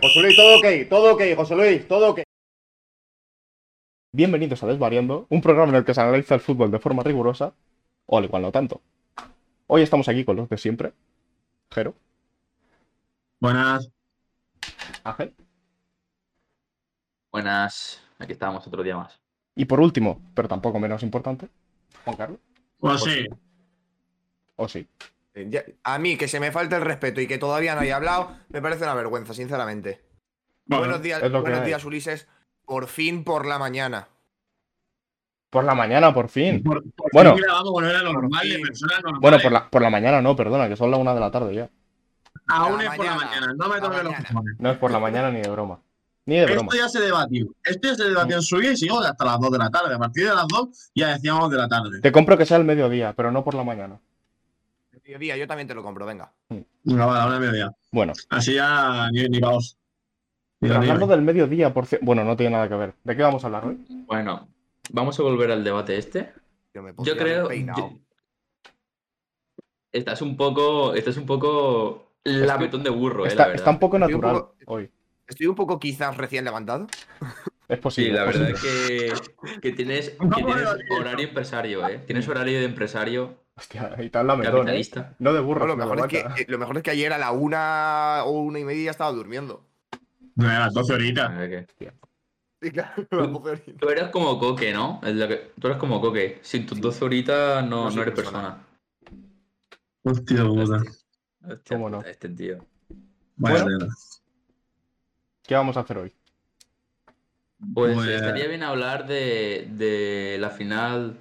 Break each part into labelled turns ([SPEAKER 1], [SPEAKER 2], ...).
[SPEAKER 1] José Luis, todo ok, todo ok, José Luis, todo ok.
[SPEAKER 2] Bienvenidos a Desvariando, un programa en el que se analiza el fútbol de forma rigurosa, o al igual no tanto. Hoy estamos aquí con los de siempre. Jero,
[SPEAKER 3] Buenas.
[SPEAKER 2] Ángel.
[SPEAKER 4] Buenas, aquí estamos otro día más.
[SPEAKER 2] Y por último, pero tampoco menos importante, Juan Carlos.
[SPEAKER 3] Pues sí,
[SPEAKER 2] O sí.
[SPEAKER 5] Eh, Ya- a mí, que se me falta el respeto y que todavía no haya hablado, me parece una vergüenza, sinceramente.
[SPEAKER 3] Bueno,
[SPEAKER 5] buenos días,
[SPEAKER 2] es lo que
[SPEAKER 5] buenos
[SPEAKER 2] hay.
[SPEAKER 5] días, Ulises. Por fin por la mañana.
[SPEAKER 2] Por la mañana, por fin.
[SPEAKER 3] por, por
[SPEAKER 2] Bueno.
[SPEAKER 3] fin grabamos volver a lo normal de
[SPEAKER 5] fin.
[SPEAKER 3] personas normales.
[SPEAKER 2] Bueno, por la, por la mañana no, perdona, que son las una de la tarde ya.
[SPEAKER 3] Aún
[SPEAKER 5] La
[SPEAKER 3] es por la
[SPEAKER 5] mañana.
[SPEAKER 3] mañana, no me
[SPEAKER 5] La
[SPEAKER 3] toques los
[SPEAKER 5] mañana.
[SPEAKER 3] cojones.
[SPEAKER 2] No es por la mañana ni de broma. Ni de broma.
[SPEAKER 3] Esto ya se debatió. Esto ya se debatió en su día y siguió hasta las 2 de la tarde. A partir de las 2 ya decíamos de la tarde.
[SPEAKER 2] Te compro que sea el mediodía, pero no por la mañana.
[SPEAKER 5] Mediodía, yo también te lo compro, venga.
[SPEAKER 3] Venga, va, a la hora y media.
[SPEAKER 2] Bueno,
[SPEAKER 3] Así ya ni, ni caos. Ni
[SPEAKER 2] pero hablando
[SPEAKER 3] horrible.
[SPEAKER 2] del mediodía, por cierto. Bueno, no tiene nada que ver. ¿De qué vamos a hablar hoy?
[SPEAKER 4] Bueno, vamos a volver al debate este.
[SPEAKER 5] Yo, me podría
[SPEAKER 4] Yo
[SPEAKER 5] haber
[SPEAKER 4] creo.
[SPEAKER 5] peinado.
[SPEAKER 4] yo- Esta es un poco. Esta es un poco. La petón de burro, eh, la
[SPEAKER 2] Está,
[SPEAKER 4] verdad.
[SPEAKER 2] está un poco
[SPEAKER 5] Estoy un
[SPEAKER 2] natural
[SPEAKER 5] poco-
[SPEAKER 2] hoy.
[SPEAKER 5] Estoy un poco quizás recién levantado.
[SPEAKER 2] Es
[SPEAKER 4] Sí,
[SPEAKER 2] posible.
[SPEAKER 4] la
[SPEAKER 2] es
[SPEAKER 4] verdad
[SPEAKER 2] posible.
[SPEAKER 4] que, que tienes, que
[SPEAKER 3] Vamos a
[SPEAKER 4] tienes
[SPEAKER 3] debatir esto.
[SPEAKER 4] horario empresario, ¿eh? Tienes horario de empresario
[SPEAKER 2] Hostia, y tal lamentón, ¿eh?
[SPEAKER 4] capitalista.
[SPEAKER 2] No de burro.
[SPEAKER 5] No, lo,
[SPEAKER 2] sino de
[SPEAKER 5] mejor es que,
[SPEAKER 2] vaca.
[SPEAKER 5] eh, lo mejor es que ayer a la una o una y media ya estaba durmiendo.
[SPEAKER 3] No, a las 12 horitas.
[SPEAKER 4] A ver qué.
[SPEAKER 5] Y claro, me pongo dormido.
[SPEAKER 4] Tú eres como Coque, ¿no? Es lo que- Tú eres como Coque. Sin tus 12 horitas no,
[SPEAKER 5] No
[SPEAKER 4] no
[SPEAKER 5] soy
[SPEAKER 4] eres persona.
[SPEAKER 5] persona.
[SPEAKER 3] Hostia puta.
[SPEAKER 4] Hostia, hostia,
[SPEAKER 2] ¿Cómo no?
[SPEAKER 4] puta, este tío.
[SPEAKER 3] Vaya
[SPEAKER 2] Bueno.
[SPEAKER 3] tela.
[SPEAKER 2] ¿Qué vamos a hacer hoy?
[SPEAKER 4] Pues
[SPEAKER 3] Pues-
[SPEAKER 4] estaría bien hablar de, de la final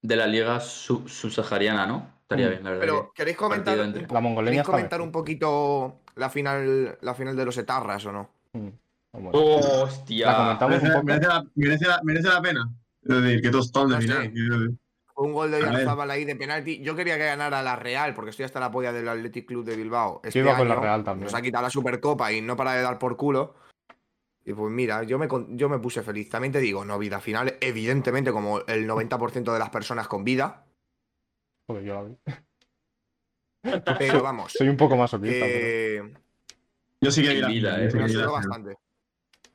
[SPEAKER 4] de la Liga Su- Subsahariana, ¿no? Estaría
[SPEAKER 2] Mm,
[SPEAKER 4] bien, la verdad.
[SPEAKER 5] Pero, ¿queréis comentar,
[SPEAKER 4] partido
[SPEAKER 5] un,
[SPEAKER 4] entre-
[SPEAKER 5] po-
[SPEAKER 2] La mongoleña
[SPEAKER 5] ¿queréis
[SPEAKER 2] está
[SPEAKER 5] comentar
[SPEAKER 2] bien.
[SPEAKER 5] un poquito la final, la final de los etarras o no?
[SPEAKER 2] Mm, vamos.
[SPEAKER 4] que- ¡Oh, ¡Hostia!
[SPEAKER 2] La comentamos un
[SPEAKER 3] Merece,
[SPEAKER 2] poco.
[SPEAKER 5] Este
[SPEAKER 3] merece la, merece la- merece la pena. Es decir, que tostón de
[SPEAKER 5] No sé.
[SPEAKER 3] final. quiero decir.
[SPEAKER 5] Un gol de
[SPEAKER 3] A ver.
[SPEAKER 5] Yarzábal ahí de penalti. Yo quería que ganara la Real, porque estoy hasta la polla del Athletic Club de Bilbao. Este
[SPEAKER 2] iba con la
[SPEAKER 5] año
[SPEAKER 2] Real también.
[SPEAKER 5] Nos ha quitado la Supercopa y no para de dar por culo. Y pues mira, yo me, con- yo me puse feliz. También te digo, no vida final, evidentemente, como el 90% de las personas con vida.
[SPEAKER 2] Joder, yo la vi.
[SPEAKER 5] Pero vamos,
[SPEAKER 2] Soy un poco más optimista.
[SPEAKER 5] eh,
[SPEAKER 3] Yo sí que
[SPEAKER 4] En
[SPEAKER 3] vi la
[SPEAKER 4] vida,
[SPEAKER 3] final,
[SPEAKER 4] eh.
[SPEAKER 3] yo sí que
[SPEAKER 5] me
[SPEAKER 3] vi la
[SPEAKER 5] ayudó
[SPEAKER 3] final.
[SPEAKER 5] bastante.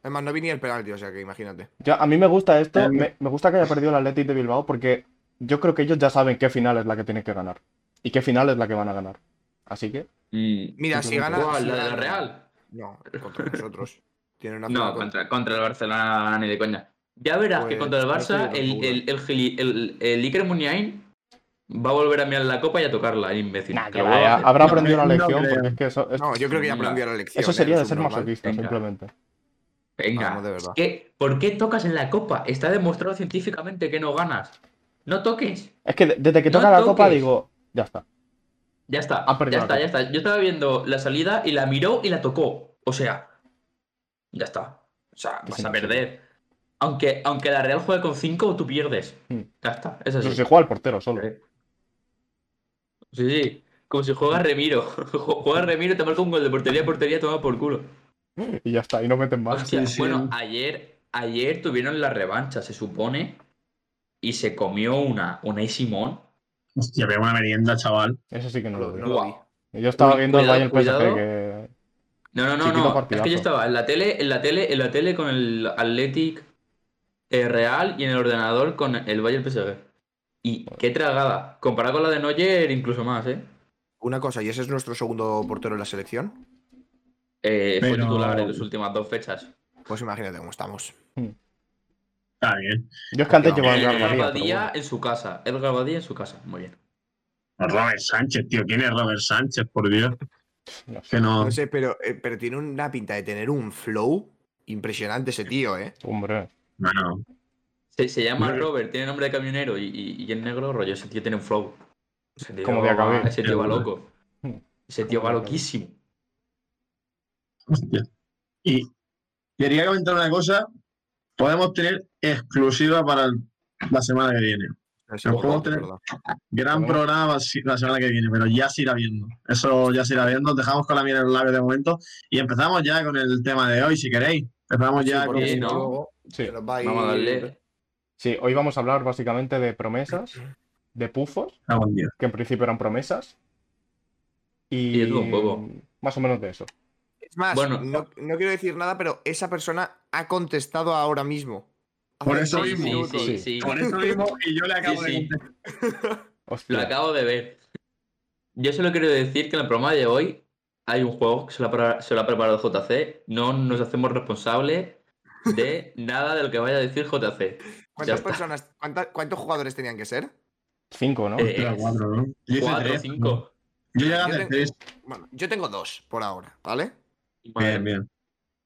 [SPEAKER 5] Es más, no vi ni el penalti, o sea que imagínate.
[SPEAKER 2] Yo- a mí me gusta esto.
[SPEAKER 3] Eh,
[SPEAKER 2] me, me gusta que haya perdido el Athletic de Bilbao porque yo creo que ellos ya saben qué final es la que tienen que ganar. Y qué final es la que van a ganar. Así que,
[SPEAKER 4] Mm.
[SPEAKER 5] Mira, si
[SPEAKER 2] Simplemente.
[SPEAKER 5] gana.
[SPEAKER 4] ¿Cuál?
[SPEAKER 5] si
[SPEAKER 4] ¿La de la
[SPEAKER 5] gana-
[SPEAKER 4] Real?
[SPEAKER 5] No, contra nosotros. Tiene una
[SPEAKER 4] No,
[SPEAKER 5] final
[SPEAKER 4] contra, contra el Barcelona ni de coña. Ya verás que
[SPEAKER 5] Pues,
[SPEAKER 4] contra el
[SPEAKER 5] no estoy
[SPEAKER 4] Barça
[SPEAKER 5] tan
[SPEAKER 4] el,
[SPEAKER 5] seguro.
[SPEAKER 4] el, el, gili- el- el Iker Muniain va a volver a mirar la copa y a tocarla, el imbécil. eh,
[SPEAKER 2] nah, que
[SPEAKER 4] Lo
[SPEAKER 2] vaya,
[SPEAKER 4] va a hacer.
[SPEAKER 2] habrá
[SPEAKER 3] No
[SPEAKER 2] aprendido
[SPEAKER 3] creo,
[SPEAKER 2] la
[SPEAKER 3] no
[SPEAKER 2] lección
[SPEAKER 3] creo.
[SPEAKER 2] porque es que eso, es-
[SPEAKER 5] eh, No, yo creo que ya
[SPEAKER 4] Mira,
[SPEAKER 5] aprendió la lección.
[SPEAKER 2] eso
[SPEAKER 5] ¿eh?
[SPEAKER 2] sería de
[SPEAKER 5] Es
[SPEAKER 2] ser
[SPEAKER 5] subnormal.
[SPEAKER 2] masoquista,
[SPEAKER 4] Venga.
[SPEAKER 2] simplemente.
[SPEAKER 4] Venga,
[SPEAKER 5] Vamos, de
[SPEAKER 4] es
[SPEAKER 5] verdad.
[SPEAKER 4] que- ¿por qué tocas en la copa? Está demostrado científicamente que no ganas. No toques.
[SPEAKER 2] Es que de- desde que
[SPEAKER 4] No
[SPEAKER 2] toca la copa
[SPEAKER 4] toques.
[SPEAKER 2] digo, ya está.
[SPEAKER 4] Ya está,
[SPEAKER 5] Ah,
[SPEAKER 2] Han perdido
[SPEAKER 4] ya
[SPEAKER 2] la
[SPEAKER 4] está, ya está. Yo estaba viendo la salida y la miró y la tocó. O sea, ya está. O sea,
[SPEAKER 2] Que
[SPEAKER 4] vas
[SPEAKER 2] sí,
[SPEAKER 4] a
[SPEAKER 2] que sí.
[SPEAKER 4] perder. Aunque, aunque la Real juegue con 5, tú pierdes.
[SPEAKER 5] Hmm.
[SPEAKER 2] Mm.
[SPEAKER 4] Ya está, es así.
[SPEAKER 2] Eso se juega al portero solo.
[SPEAKER 4] Sí. Sí, sí. Como si
[SPEAKER 5] Hmm.
[SPEAKER 4] juega Remiro. juega Remiro, te marca un gol de portería a portería, toma por culo.
[SPEAKER 2] Y ya está, y no meten
[SPEAKER 5] Ah,
[SPEAKER 2] más.
[SPEAKER 4] Hostia,
[SPEAKER 3] sí, sí.
[SPEAKER 4] bueno, ayer, ayer tuvieron la revancha, se supone. Y se comió una, una y Simón.
[SPEAKER 3] Hostia, pero una merienda, chaval.
[SPEAKER 2] Eso sí que no lo
[SPEAKER 5] No
[SPEAKER 2] veo.
[SPEAKER 5] lo
[SPEAKER 4] Guau.
[SPEAKER 5] vi.
[SPEAKER 2] Yo estaba
[SPEAKER 4] Uy,
[SPEAKER 2] viendo
[SPEAKER 4] cuidado,
[SPEAKER 2] el Bayern
[SPEAKER 4] cuidado.
[SPEAKER 2] PSG que
[SPEAKER 4] No, no, no,
[SPEAKER 2] Chiquito
[SPEAKER 4] no. Es
[SPEAKER 2] partidazo.
[SPEAKER 4] que yo estaba en la tele, en la tele, en la tele con el Athletic eh, Real y en el ordenador con el Bayern PSG. Y qué tragada. Comparado con la de Neuer, incluso más, ¿eh?
[SPEAKER 5] Una cosa, ¿y ese es nuestro segundo portero en la selección?
[SPEAKER 4] Eh, Fue
[SPEAKER 3] Pero-
[SPEAKER 4] titular en las últimas dos fechas.
[SPEAKER 5] Pues imagínate cómo estamos.
[SPEAKER 3] Está bien.
[SPEAKER 2] Yo es que antes
[SPEAKER 5] No,
[SPEAKER 2] llevaba
[SPEAKER 5] el
[SPEAKER 2] el
[SPEAKER 4] Edgar
[SPEAKER 2] Real Madrid, pero
[SPEAKER 4] Badía
[SPEAKER 2] bueno.
[SPEAKER 4] en su casa. Edgar Badía en su casa. Muy bien.
[SPEAKER 3] Robert Sánchez, tío. ¿Quién es Robert Sánchez, por Dios?
[SPEAKER 2] No sé.
[SPEAKER 3] Que
[SPEAKER 4] Ah.
[SPEAKER 3] no.
[SPEAKER 5] No sé, pero, eh, pero tiene una pinta de tener un flow impresionante ese tío, ¿eh?
[SPEAKER 2] Hombre,
[SPEAKER 3] Bueno,
[SPEAKER 4] Se, se llama
[SPEAKER 3] Muy bien.
[SPEAKER 4] Robert, tiene nombre de camionero y, y, y en negro rollo. Ese tío tiene un flow. Ese tío,
[SPEAKER 2] Como de acabé.
[SPEAKER 4] ese tío va
[SPEAKER 3] Seguro.
[SPEAKER 4] loco. Ese tío va loquísimo.
[SPEAKER 3] hostia. Y quería comentar una cosa. Podemos tener exclusiva para el- la semana que viene.
[SPEAKER 5] Ese
[SPEAKER 3] Pero ¿cómo
[SPEAKER 5] jugador,
[SPEAKER 3] tener-
[SPEAKER 5] ¿verdad?
[SPEAKER 3] Gran
[SPEAKER 2] Bueno.
[SPEAKER 3] programa si- la semana que viene, pero ya se irá viendo. Eso ya se irá viendo. Dejamos con la miel en los labios de momento y empezamos ya con el tema de hoy, si queréis. Empezamos
[SPEAKER 5] Sí,
[SPEAKER 3] ya con.
[SPEAKER 5] porque
[SPEAKER 4] bien,
[SPEAKER 5] si
[SPEAKER 4] ¿no?
[SPEAKER 5] luego
[SPEAKER 2] sí.
[SPEAKER 5] se nos va a
[SPEAKER 4] Vamos a
[SPEAKER 5] ir-
[SPEAKER 4] darle.
[SPEAKER 2] Sí, hoy vamos a hablar básicamente de promesas, de pufos,
[SPEAKER 3] Ah, buen día.
[SPEAKER 2] que en principio eran promesas. Y,
[SPEAKER 4] Y es un poco.
[SPEAKER 2] Más o menos de eso.
[SPEAKER 5] más,
[SPEAKER 4] Bueno.
[SPEAKER 5] no, no quiero decir nada, pero esa persona ha contestado ahora mismo. Hace
[SPEAKER 3] Por eso
[SPEAKER 5] dos
[SPEAKER 3] mismo.
[SPEAKER 4] Sí, sí,
[SPEAKER 5] minutos.
[SPEAKER 4] sí, sí.
[SPEAKER 3] Por eso mismo, y yo le
[SPEAKER 4] Sí,
[SPEAKER 3] acabo de
[SPEAKER 4] sí.
[SPEAKER 3] contestar.
[SPEAKER 4] Lo
[SPEAKER 2] Hostia.
[SPEAKER 4] acabo de ver. Yo solo quiero decir que en el programa de hoy hay un juego que se lo ha, pre- se lo ha preparado JC. No nos hacemos responsables de nada de lo que vaya a decir JC. Ya
[SPEAKER 5] ¿Cuántas
[SPEAKER 4] está.
[SPEAKER 5] personas, cuánta- cuántos jugadores tenían que ser?
[SPEAKER 2] Cinco, ¿no?
[SPEAKER 4] Eh,
[SPEAKER 3] Era cuatro, ¿no? Yo hice
[SPEAKER 4] Cuatro,
[SPEAKER 3] tres.
[SPEAKER 4] cinco.
[SPEAKER 3] Yo llegué a
[SPEAKER 5] Yo
[SPEAKER 3] hacer
[SPEAKER 5] tengo-
[SPEAKER 3] tres.
[SPEAKER 5] Bueno, yo tengo dos por ahora, ¿vale?
[SPEAKER 4] Madre
[SPEAKER 3] Bien, bien.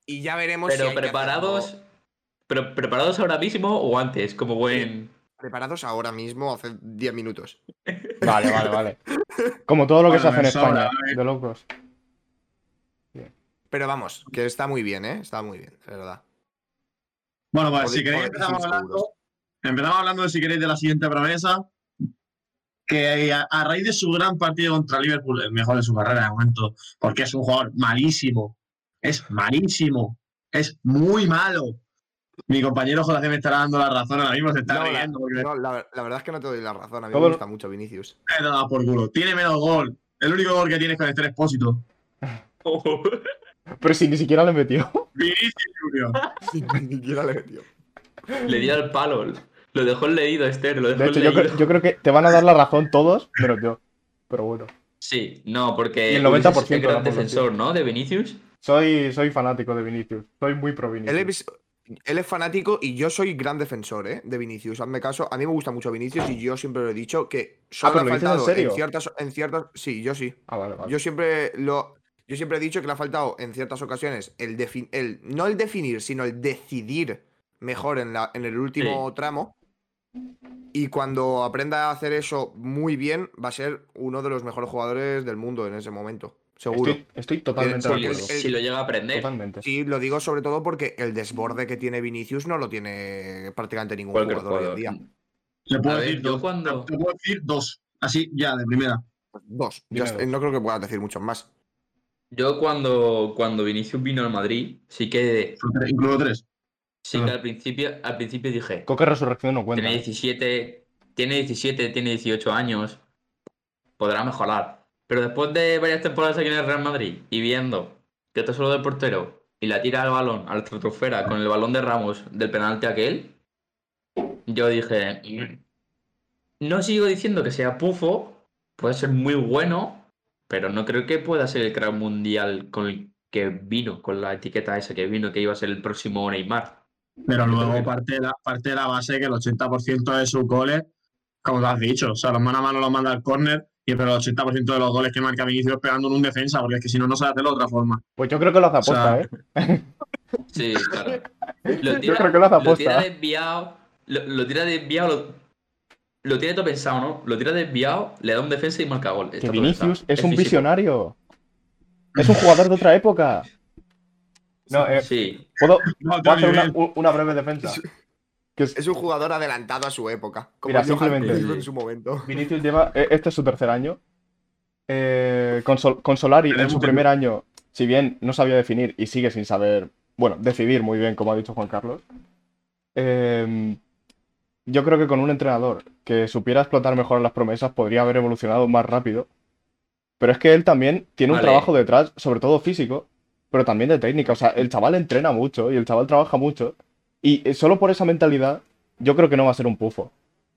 [SPEAKER 5] Y ya veremos si
[SPEAKER 4] Pero
[SPEAKER 5] hay que
[SPEAKER 4] preparados.
[SPEAKER 5] hacerlo-
[SPEAKER 4] Pero preparados ahora mismo o antes, como buen.
[SPEAKER 5] preparados ahora mismo, hace 10 minutos.
[SPEAKER 2] Vale, vale, vale. Como todo lo que
[SPEAKER 3] Bueno,
[SPEAKER 2] se hace en
[SPEAKER 3] me sobra,
[SPEAKER 2] España,
[SPEAKER 3] a
[SPEAKER 4] eh.
[SPEAKER 3] ver.
[SPEAKER 2] de locos.
[SPEAKER 5] Pero vamos, que está muy bien, ¿eh? Está muy bien, de verdad.
[SPEAKER 3] Bueno, pues
[SPEAKER 5] Podéis-
[SPEAKER 3] si queréis
[SPEAKER 5] podéis
[SPEAKER 3] empezamos
[SPEAKER 5] ser
[SPEAKER 3] hablando,
[SPEAKER 5] seguros.
[SPEAKER 3] empezamos hablando de si queréis de la siguiente promesa. Que eh, a, a raíz de su gran partido contra Liverpool, el mejor de su carrera de momento, porque es un jugador malísimo. Es malísimo. Es muy malo. Mi compañero José me estará dando la razón ahora mismo, se está
[SPEAKER 5] No,
[SPEAKER 3] riendo. porque
[SPEAKER 5] No, la, la verdad es que no te doy la razón, a mí
[SPEAKER 2] Todo
[SPEAKER 5] me
[SPEAKER 2] lo-
[SPEAKER 5] gusta mucho Vinicius.
[SPEAKER 3] me da por culo. Tiene menos gol. El único gol que tiene es con este expósito.
[SPEAKER 2] Pero si ni siquiera le metió.
[SPEAKER 3] Vinicius Junior.
[SPEAKER 5] Ni siquiera le he metido.
[SPEAKER 4] Le di al palo. Lo dejó leído, Esther. Lo dejó
[SPEAKER 2] De hecho, yo,
[SPEAKER 4] leído.
[SPEAKER 2] creo- yo creo que te van a dar la razón todos, menos yo. Pero bueno.
[SPEAKER 4] Sí, no,
[SPEAKER 2] Y
[SPEAKER 4] porque.
[SPEAKER 2] el
[SPEAKER 4] Ulises
[SPEAKER 2] 90%
[SPEAKER 4] es
[SPEAKER 2] de la
[SPEAKER 4] gran
[SPEAKER 2] población.
[SPEAKER 4] defensor, ¿no? De Vinicius.
[SPEAKER 2] Soy, soy fanático de Vinicius. Soy muy pro Vinicius.
[SPEAKER 5] Él es, él es fanático y yo soy gran defensor ¿eh? de Vinicius. Hazme caso, a mí me gusta mucho Vinicius y yo siempre lo he dicho que solo
[SPEAKER 2] Ah, pero
[SPEAKER 5] ha
[SPEAKER 2] lo dices en
[SPEAKER 5] faltado
[SPEAKER 2] serio.
[SPEAKER 5] ciertas, en ciertas. Sí, yo sí.
[SPEAKER 2] Ah, vale, vale.
[SPEAKER 5] Yo siempre lo. Yo siempre he dicho que le ha faltado en ciertas ocasiones el, defin- el no el definir, sino el decidir mejor en, la, en el último tramo. Y cuando aprenda a hacer eso muy bien, va a ser uno de los mejores jugadores del mundo en ese momento. Seguro.
[SPEAKER 2] Estoy, estoy totalmente de
[SPEAKER 5] Porque-
[SPEAKER 4] Si,
[SPEAKER 2] acuerdo.
[SPEAKER 5] el-
[SPEAKER 4] si lo llega a aprender.
[SPEAKER 2] Totalmente.
[SPEAKER 5] Sí, lo digo sobre todo porque el desborde que tiene Vinicius no lo tiene prácticamente ningún
[SPEAKER 4] Cualquier
[SPEAKER 5] jugador,
[SPEAKER 4] jugador.
[SPEAKER 5] hoy en día.
[SPEAKER 3] Le puedo
[SPEAKER 4] A ver,
[SPEAKER 3] decir
[SPEAKER 4] yo
[SPEAKER 3] dos.
[SPEAKER 4] cuando-
[SPEAKER 3] Te puedo decir dos. Así, ya, de primera.
[SPEAKER 5] Dos.
[SPEAKER 2] Dime
[SPEAKER 5] Ya está,
[SPEAKER 2] dos.
[SPEAKER 5] no creo que puedas decir muchos más.
[SPEAKER 4] Yo cuando, cuando Vinicius vino al Madrid, sí que,
[SPEAKER 3] Son tres, Incluso tres.
[SPEAKER 4] sí
[SPEAKER 3] Ah.
[SPEAKER 4] que al principio, al principio dije,
[SPEAKER 2] Coque Resurrección no cuenta. ¿eh?
[SPEAKER 4] tiene 17, tiene 17, tiene 18 años, podrá mejorar. Pero después de varias temporadas aquí en el Real Madrid y viendo que está solo del portero y la tira al balón, a la estratosfera, con el balón de Ramos del penalti aquel, yo dije, "Mm". no sigo diciendo que sea pufo, puede ser muy bueno, pero no creo que pueda ser el crack mundial con el que vino, con la etiqueta esa que vino, que iba a ser el próximo Neymar.
[SPEAKER 3] Pero luego
[SPEAKER 4] también.
[SPEAKER 3] parte de, la, parte de la base que el 80% de sus goles, como te has dicho, o sea, los mano a mano los manda al córner, y pero el 80% de los goles que marca Vinicius es pegando en un defensa, porque es que si no, no sabe hacerlo de otra forma.
[SPEAKER 2] Pues yo creo que lo hace aposta,
[SPEAKER 3] sea,
[SPEAKER 2] ¿eh?
[SPEAKER 4] Sí, claro.
[SPEAKER 2] Yo
[SPEAKER 4] Lo tira,
[SPEAKER 2] creo que lo hace
[SPEAKER 4] lo tira
[SPEAKER 2] aposta.
[SPEAKER 4] desviado. Lo, lo tira desviado. Lo, lo tiene todo pensado, ¿no? Lo tira desviado, le da un defensa y marca gol. Está
[SPEAKER 2] Que
[SPEAKER 4] todo
[SPEAKER 2] Vinicius
[SPEAKER 4] pensado.
[SPEAKER 2] es un
[SPEAKER 4] físico.
[SPEAKER 2] visionario. Es un jugador de otra época. No, eh,
[SPEAKER 4] Sí,
[SPEAKER 2] ¿puedo,
[SPEAKER 3] No,
[SPEAKER 2] puedo hacer una,
[SPEAKER 3] nivel.
[SPEAKER 2] u- una breve defensa? Que es-
[SPEAKER 5] Es un jugador adelantado a su época. Como
[SPEAKER 2] Mira,
[SPEAKER 5] Johan
[SPEAKER 2] simplemente-
[SPEAKER 5] Cruyff en su momento.
[SPEAKER 2] Vinicius lleva. eh, Este es su tercer año. Eh, con, Sol- con Solari en su primer año, si bien no sabía definir y sigue sin saber. Bueno, decidir muy bien, como ha dicho Juan Carlos. eh, yo creo que con un entrenador que supiera explotar mejor las promesas podría haber evolucionado más rápido. Pero es que él también tiene un
[SPEAKER 4] Vale.
[SPEAKER 2] trabajo detrás, sobre todo físico, pero también de técnica. O sea, el chaval entrena mucho y el chaval trabaja mucho. Y eh, solo por esa mentalidad, yo creo que no va a ser un pufo. O